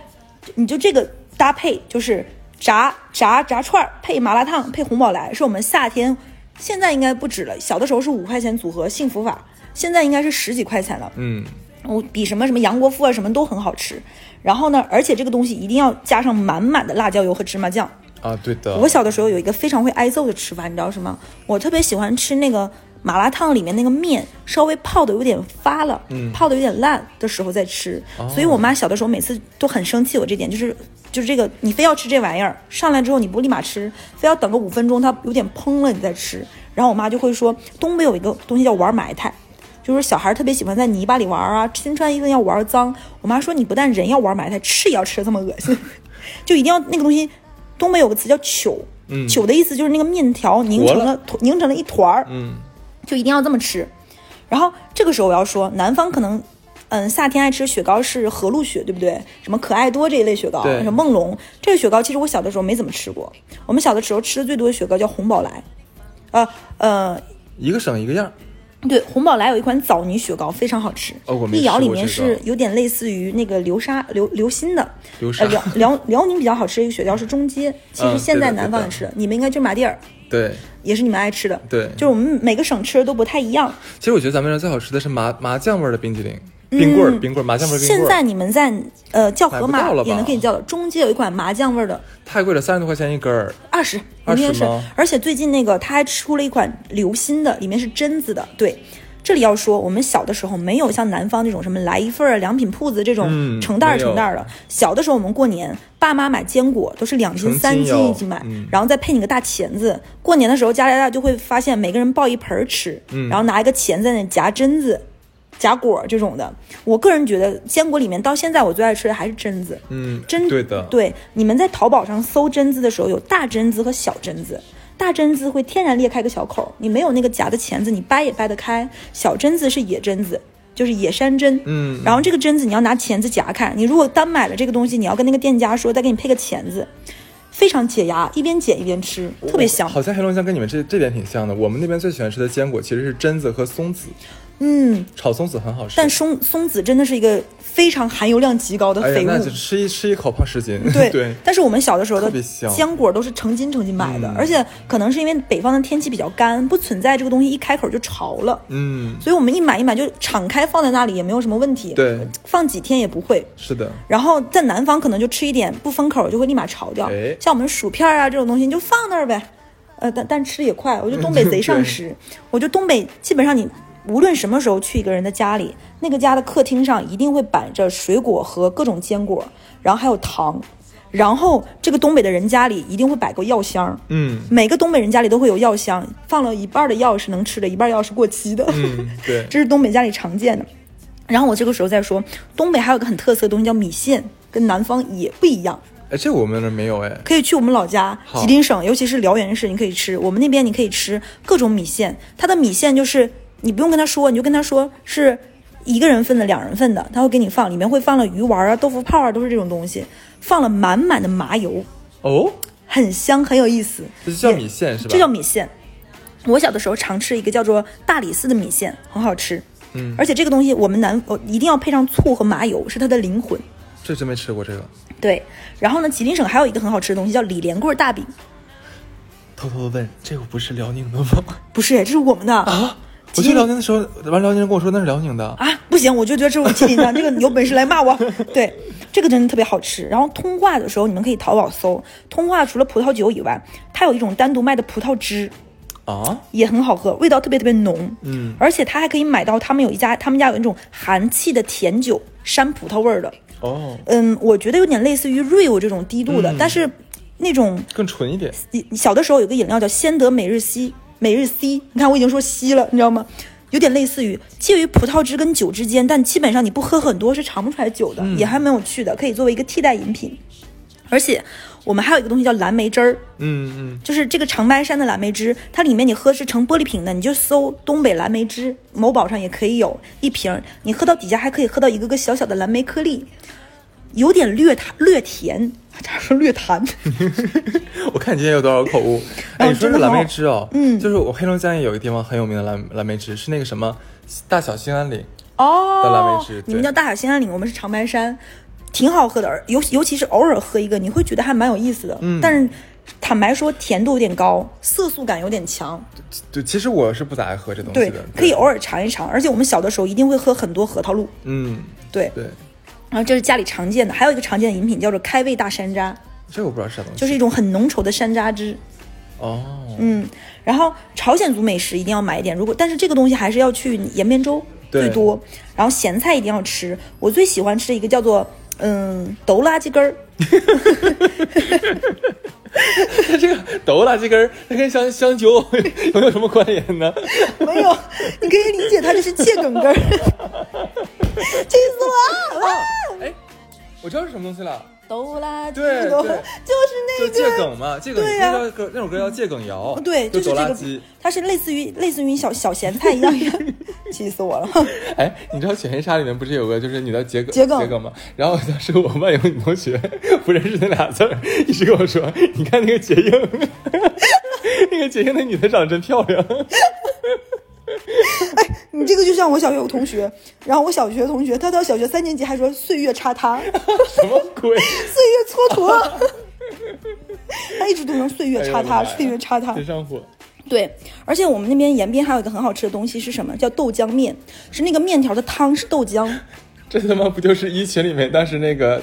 你就这个搭配，就是炸炸炸串儿配麻辣烫配红宝来，是我们夏天现在应该不止了，小的时候是五块钱组合幸福法，现在应该是十几块钱了。嗯，我比什么什么杨国富啊什么都很好吃。然后呢，而且这个东西一定要加上满满的辣椒油和芝麻酱。啊，对的。我小的时候有一个非常会挨揍的吃法，你知道什么？我特别喜欢吃那个麻辣烫里面那个面稍微泡的有点发了，泡的有点烂的时候再吃。所以我妈小的时候每次都很生气我这点，就是就是这个你非要吃这玩意儿，上来之后你不立马吃，非要等个五分钟它有点烹了你再吃。然后我妈就会说，东北有一个东西叫玩埋汰。就是小孩特别喜欢在泥巴里玩啊，身穿衣服要玩脏。我妈说你不但人要玩埋汰，吃也要吃的这么恶心，就一定要那个东西。东北有个词叫糗，嗯糗的意思就是那个面条凝坨了成了坨凝成了一团儿，嗯，就一定要这么吃。然后这个时候我要说，南方可能。嗯，夏天爱吃雪糕是和路雪，对不对？什么可爱多这一类雪糕，对什么梦龙这个雪糕，其实我小的时候没怎么吃过。我们小的时候吃的最多的雪糕叫红宝来，呃呃，一个省一个样儿。对，红宝来有一款枣泥雪糕，非常好吃。哦我没一咬吃里过面这个是有点类似于那个流沙流流心的。流沙呃，辽辽辽宁比较好吃的一个雪糕是中街，其嗯实现对在的对南方的也吃，你们应该就是马迭尔，对，也是你们爱吃的。对就是我们每个省吃的都不太一样。其实我觉得咱们这儿最好吃的是麻麻酱味儿的冰淇淋，冰棍儿，冰棍儿，麻酱味儿冰棍嗯现儿。在你们在呃叫买盒不马到了也能吧给你叫到，中街有一款麻酱味儿的，太贵了，三十多块钱一根儿。二十，明天20是吗，而且最近那个他还出了一款流心的，里面是榛子的。对，这里要说，我们小的时候没有像南方那种什么来一份儿啊良品铺子这种嗯成袋儿没有成袋儿的。小的时候我们过年，爸妈买坚果都是两斤成三斤斤一有起买，嗯然后再配你个大钳子。过年的时候，家里大就会发现每个人抱一盆儿吃，嗯然后拿一个钳子在那夹榛子。夹果儿这种的，我个人觉得坚果里面到现在我最爱吃的还是榛子，嗯，榛对的，对，你们在淘宝上搜榛子的时候，有大榛子和小榛子。大榛子会天然裂开个小口，你没有那个夹的钳子，你掰也掰得开。小榛子是野榛子，就是野山榛。嗯然后这个榛子你要拿钳子夹开。你如果单买了这个东西，你要跟那个店家说，再给你配个钳子，非常解压，一边剪一边吃，特别香。哦好像黑龙江跟你们这这点挺像的。我们那边最喜欢吃的坚果其实是榛子和松子，嗯，炒松子很好吃。但松松子真的是一个非常含油量极高的哎呀肥，物。那就吃一吃一口胖十斤。 *laughs* 对对，但是我们小的时候的特别香浆果都是成斤成斤买的，嗯而且可能是因为北方的天气比较干，不存在这个东西一开口就潮了，嗯，所以我们一买一买就敞开放在那里也没有什么问题，对，放几天也不会。是的，然后在南方可能就吃一点不封口就会立马潮掉哎，像我们薯片啊这种东西你就放那儿呗，呃，但但吃的也快，我觉得东北嗯贼上食，我觉得东北基本上你无论什么时候去一个人的家里，那个家的客厅上一定会摆着水果和各种坚果，然后还有糖，然后这个东北的人家里一定会摆个药箱儿，嗯每个东北人家里都会有药箱，放了一半儿的药是能吃的，一半儿药是过期的。嗯，对， *laughs* 这是东北家里常见的。然后我这个时候再说，东北还有一个很特色的东西叫米线，跟南方也不一样。哎，这我们那儿没有哎。可以去我们老家好吉林省，尤其是辽源市，你可以吃。我们那边你可以吃各种米线，它的米线就是你不用跟他说，你就跟他说是一个人份的、两人份的，他会给你放，里面会放了鱼丸啊、豆腐泡啊，都是这种东西，放了满满的麻油，哦，很香，很有意思。这就叫也米线是吧？这叫米线。我小的时候常吃一个叫做大理寺的米线，很好吃。嗯而且这个东西我们南呃一定要配上醋和麻油，是它的灵魂。这真没吃过这个，对，然后呢，吉林省还有一个很好吃的东西叫李连贵大饼，偷偷的问，这个不是辽宁的吗？不是，这是我们的 *laughs* 啊啊，我去辽宁的时候，完辽宁人跟我说那是辽宁的，不行，我就觉得这是我吉林的，这个你有本事来骂 *laughs* 我。对，这个真的特别好吃。然后通化的时候，你们可以淘宝搜通化，除了葡萄酒以外，它有一种单独卖的葡萄汁，啊，也很好喝，味道特别特别浓。嗯，而且它还可以买到他们有一家，他们家有一种韩气的甜酒，山葡萄味儿的。哦，嗯，我觉得有点类似于瑞欧这种低度的，嗯但是那种更纯一点，你你小的时候有个饮料叫仙得每日 C，每日 C，你看我已经说 C 了，你知道吗？有点类似于介于葡萄汁跟酒之间，但基本上你不喝很多是尝不出来酒的，嗯也还蛮有趣的，可以作为一个替代饮品。而且我们还有一个东西叫蓝莓汁儿，嗯嗯，就是这个长白山的蓝莓汁，它里面你喝是成玻璃瓶的，你就搜东北蓝莓汁，某宝上也可以有一瓶，你喝到底下还可以喝到一个个小小的蓝莓颗粒，有点略糖 *laughs* 略甜，他说略弹，我看你今天有多少口误。哎，哎你说这真的蓝好莓汁哦，嗯就是我黑龙江也有一个地方很有名的蓝蓝莓汁，是那个什么大小兴安岭。的蓝哦莓汁你们对叫大小兴安岭，我们是长白山，挺好喝的，而尤尤其是偶尔喝一个，你会觉得还蛮有意思的。嗯但是坦白说，甜度有点高，色素感有点强。对，其实我是不咋爱喝这东西对的，，可以偶尔尝一尝。而且我们小的时候一定会喝很多核桃露。嗯，对，对，然后这是家里常见的，还有一个常见的饮品叫做开胃大山楂，这我不知道是啥东西。就是一种很浓稠的山楂汁。哦，嗯，然后朝鲜族美食一定要买一点，如果但是这个东西还是要去延边州对最多，然后咸菜一定要吃。我最喜欢吃的一个叫做嗯豆垃圾根儿，它这个豆辣这根儿，它跟香香酒 *laughs* 有没有什么关联呢？没有，你可以理 *laughs* 啊解它就是芥梗根儿，气死我了！哎，我知道是什么东西了，抖啦叽对哆，对就是那就个借梗嘛，借梗对那呀哦首歌那首歌叫借梗谣，对，就是走这垃个圾。，它是类似于类似于小小咸菜一样， *laughs* 气死我了！哎，你知道《犬夜叉》里面不是有个就是女的桔梗桔桔梗吗？然后当时我万有女同学不认识那俩字儿，一直跟我说：“你看那个结英， *laughs* 那个结英那女的长得真漂亮。你这个就像我小学有同学，然后我小学同学，他到小学三年级还说岁月差他，岁”什么鬼？月蹉跎，他一直读成岁月哎呦差他，我的妈呀岁月差他。真上火！对，而且我们那边延边还有一个很好吃的东西是什么？叫豆浆面，是那个面条的汤是豆浆。这他妈不就是一群里面当时那个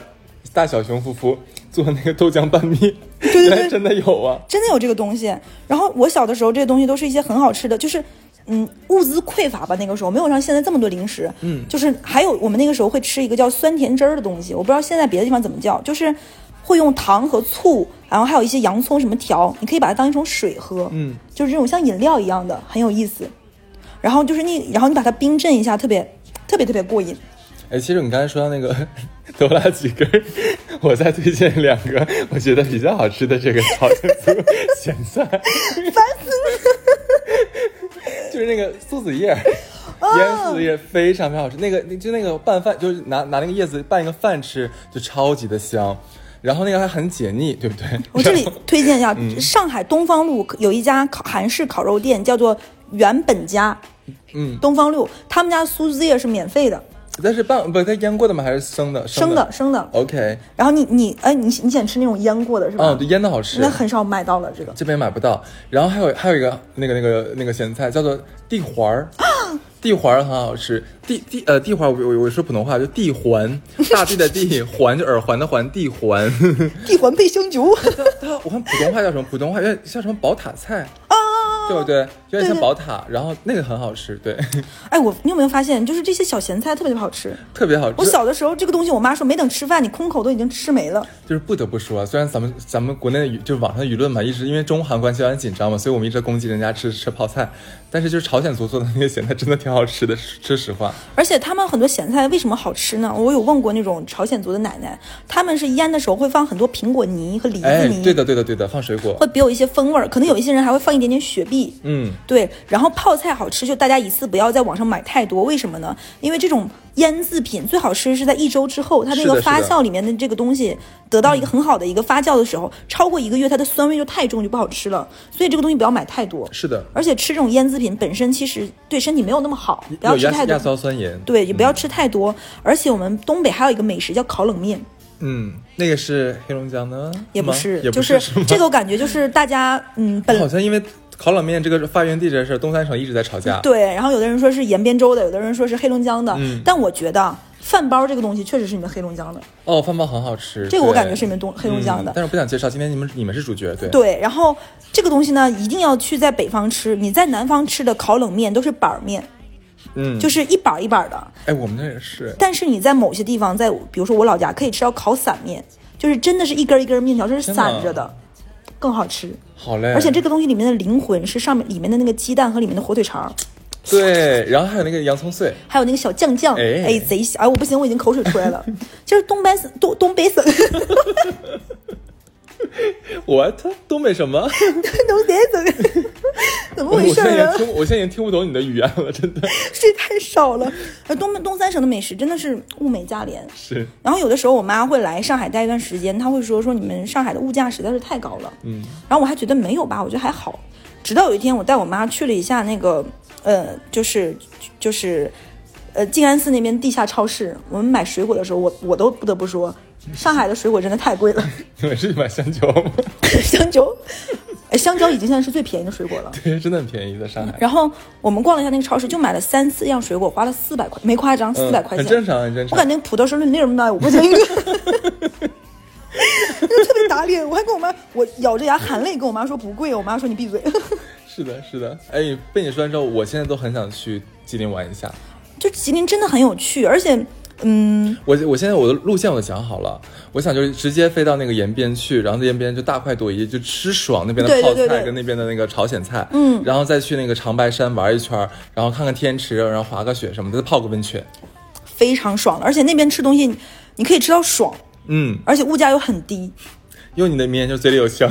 大小熊夫妇做那个豆浆拌面？对原来真的有啊！真的有这个东西。然后我小的时候，这些东西都是一些很好吃的，就是嗯，物资匮乏吧，那个时候没有像现在这么多零食。嗯，就是还有我们那个时候会吃一个叫酸甜汁儿的东西，我不知道现在别的地方怎么叫，就是会用糖和醋，然后还有一些洋葱什么调，你可以把它当一种水喝。嗯，就是这种像饮料一样的，很有意思。然后就是你，然后你把它冰镇一下，特别特别特别过瘾。哎，其实你刚才说到那个 *laughs* 多拉几根儿，我再推荐两个我觉得比较好吃的这个朝鲜族咸菜，烦死你！ *laughs* 就是那个苏子叶儿，哦腌苏子叶儿非常非常好吃。那个就那个拌饭，就是拿拿那个叶子拌一个饭吃，就超级的香。然后那个还很解腻，对不对？我这里 *laughs* 然后推荐一下，嗯上海东方路有一家烤韩式烤肉店，叫做原本家。嗯，东方路他们家苏子叶是免费的，但是拌不它腌过的吗？还是生的？生的的。生的。 OK，然后你你哎，你你想吃那种腌过的是吧？哦，对，腌的好吃。嗯那很少买到了这个。这边买不到。然后还有还有一个那个那个那个咸菜叫做地环 *gasps* 儿，地环儿很好吃。地地呃地环儿，我我我说普通话就地 *laughs* 环，大地的地环就耳环的环，地环。 *laughs* 地环配香酒它它我看普通话叫什么？普通话叫叫什么宝塔菜，啊！对不对？有点对像对宝塔，然后那个很好吃，对， *laughs* 哎，我你有没有发现，就是这些小咸菜特别特别好吃。特别好吃。我小的时候，这个东西我妈说，没等吃饭，你空口都已经吃没了。就是不得不说啊，虽然咱们咱们国内的舆就是网上的舆论嘛，一直因为中韩关系有点紧张嘛，所以我们一直在攻击人家吃吃泡菜，但是就是朝鲜族做的那个咸菜真的挺好吃的，说实话。而且他们很多咸菜为什么好吃呢？我有问过那种朝鲜族的奶奶，他们是腌的时候会放很多苹果泥和梨子哎，泥，对的，对的，对的，放水果会。别有一些风味儿。可能有一些人还会放一点点雪碧，嗯，对，然后泡菜好吃，就大家一次不要在网上买太多，为什么呢？因为这种呃腌制品最好吃是在一周之后，它那是的个是发的酵里面的这个东西得到一个很好的一个发酵的时候，超过一个月它的酸味就太重，就不好吃了。所以这个东西不要买太多，是的，而且吃这种腌制品本身其实对身体没有那么好，不要有吃亚太亚多。硝酸盐。，对，也不要吃太多。而且我们东北还有一个美食叫烤冷面，嗯，那个是黑龙江的吗，也不是，也不就是是吗 *laughs* 这个我感觉就是大家嗯本好像因为烤冷面这个发源地这事儿，东三省一直在吵架。对，然后有的人说是延边州的，有的人说是黑龙江的，嗯但我觉得饭包这个东西确实是你们黑龙江的，哦，饭包很好吃，这个我对感觉是你们东黑龙江的嗯。但是不想介绍，今天你们你们是主角，对。对，然后这个东西呢，一定要去在北方吃。你在南方吃的烤冷面都是板儿面，嗯，就是一板儿一板儿的。哎，我们那也是，但是你在某些地方，在比如说我老家，可以吃到烤散面，就是真的是一根儿一根儿面条，这是天哪散着的，更好吃。好嘞。而且这个东西里面的灵魂是上面里面的那个鸡蛋和里面的火腿肠儿，对，然后还有那个洋葱碎，还有那个小酱酱，哎哎，贼香！哎，我不行，我已经口水出来了。 *laughs* 就是东北省，东东北省，我他东北什么？东北省，怎么 *laughs* 我回现事在已经儿啊？听不，我现在已经听不懂你的语言了，真的睡太少了。呃，东东三省的美食真的是物美价廉。是。然后有的时候我妈会来上海待一段时间，她会说说你们上海的物价实在是太高了。嗯，然后我还觉得没有吧，我觉得还好。直到有一天我带我妈去了一下那个，呃，就是就是，呃，静安寺那边地下超市，我们买水果的时候，我我都不得不说，上海的水果真的太贵了。 *laughs* 你们是去买香蕉 *laughs* 吗？香蕉，哎，香蕉已经现在是最便宜的水果了。对，真的很便宜，在上海。然后我们逛了一下那个超市，就买了三四样水果，花了四百块，没夸张，四百嗯块很钱。正常，很正我常感。觉土豆是论粒儿卖五块钱一个， *laughs* 就特别打脸。我还跟我妈，我咬着牙含泪跟我妈说不贵，我妈说你闭嘴。 *laughs* 是的，是的。哎，被你说完之后，我现在都很想去吉林玩一下。就吉林真的很有趣，而且，嗯，我我现在我的路线我都想好了，我想就是直接飞到那个延边去，然后在延边就大快朵颐，就吃爽那边的对对泡对菜对跟那边的那个朝鲜菜，嗯然后再去那个长白山玩一圈儿，然后看看天池，然后滑个雪什么的，再泡个温泉。非常爽了。而且那边吃东西，你可以吃到爽，嗯，而且物价又很低。 *laughs* 用你的名言就嘴里有香。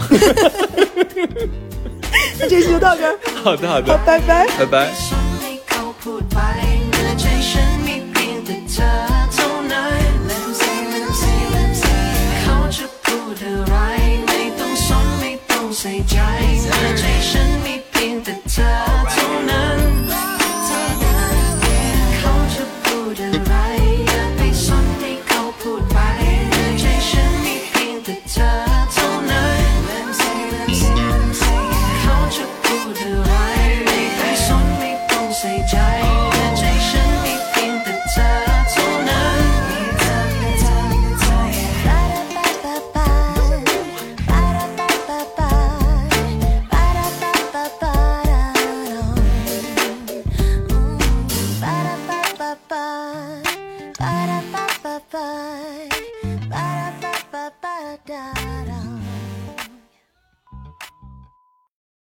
那这期就到这儿， *laughs* 好的，好好的，，拜拜。拜拜。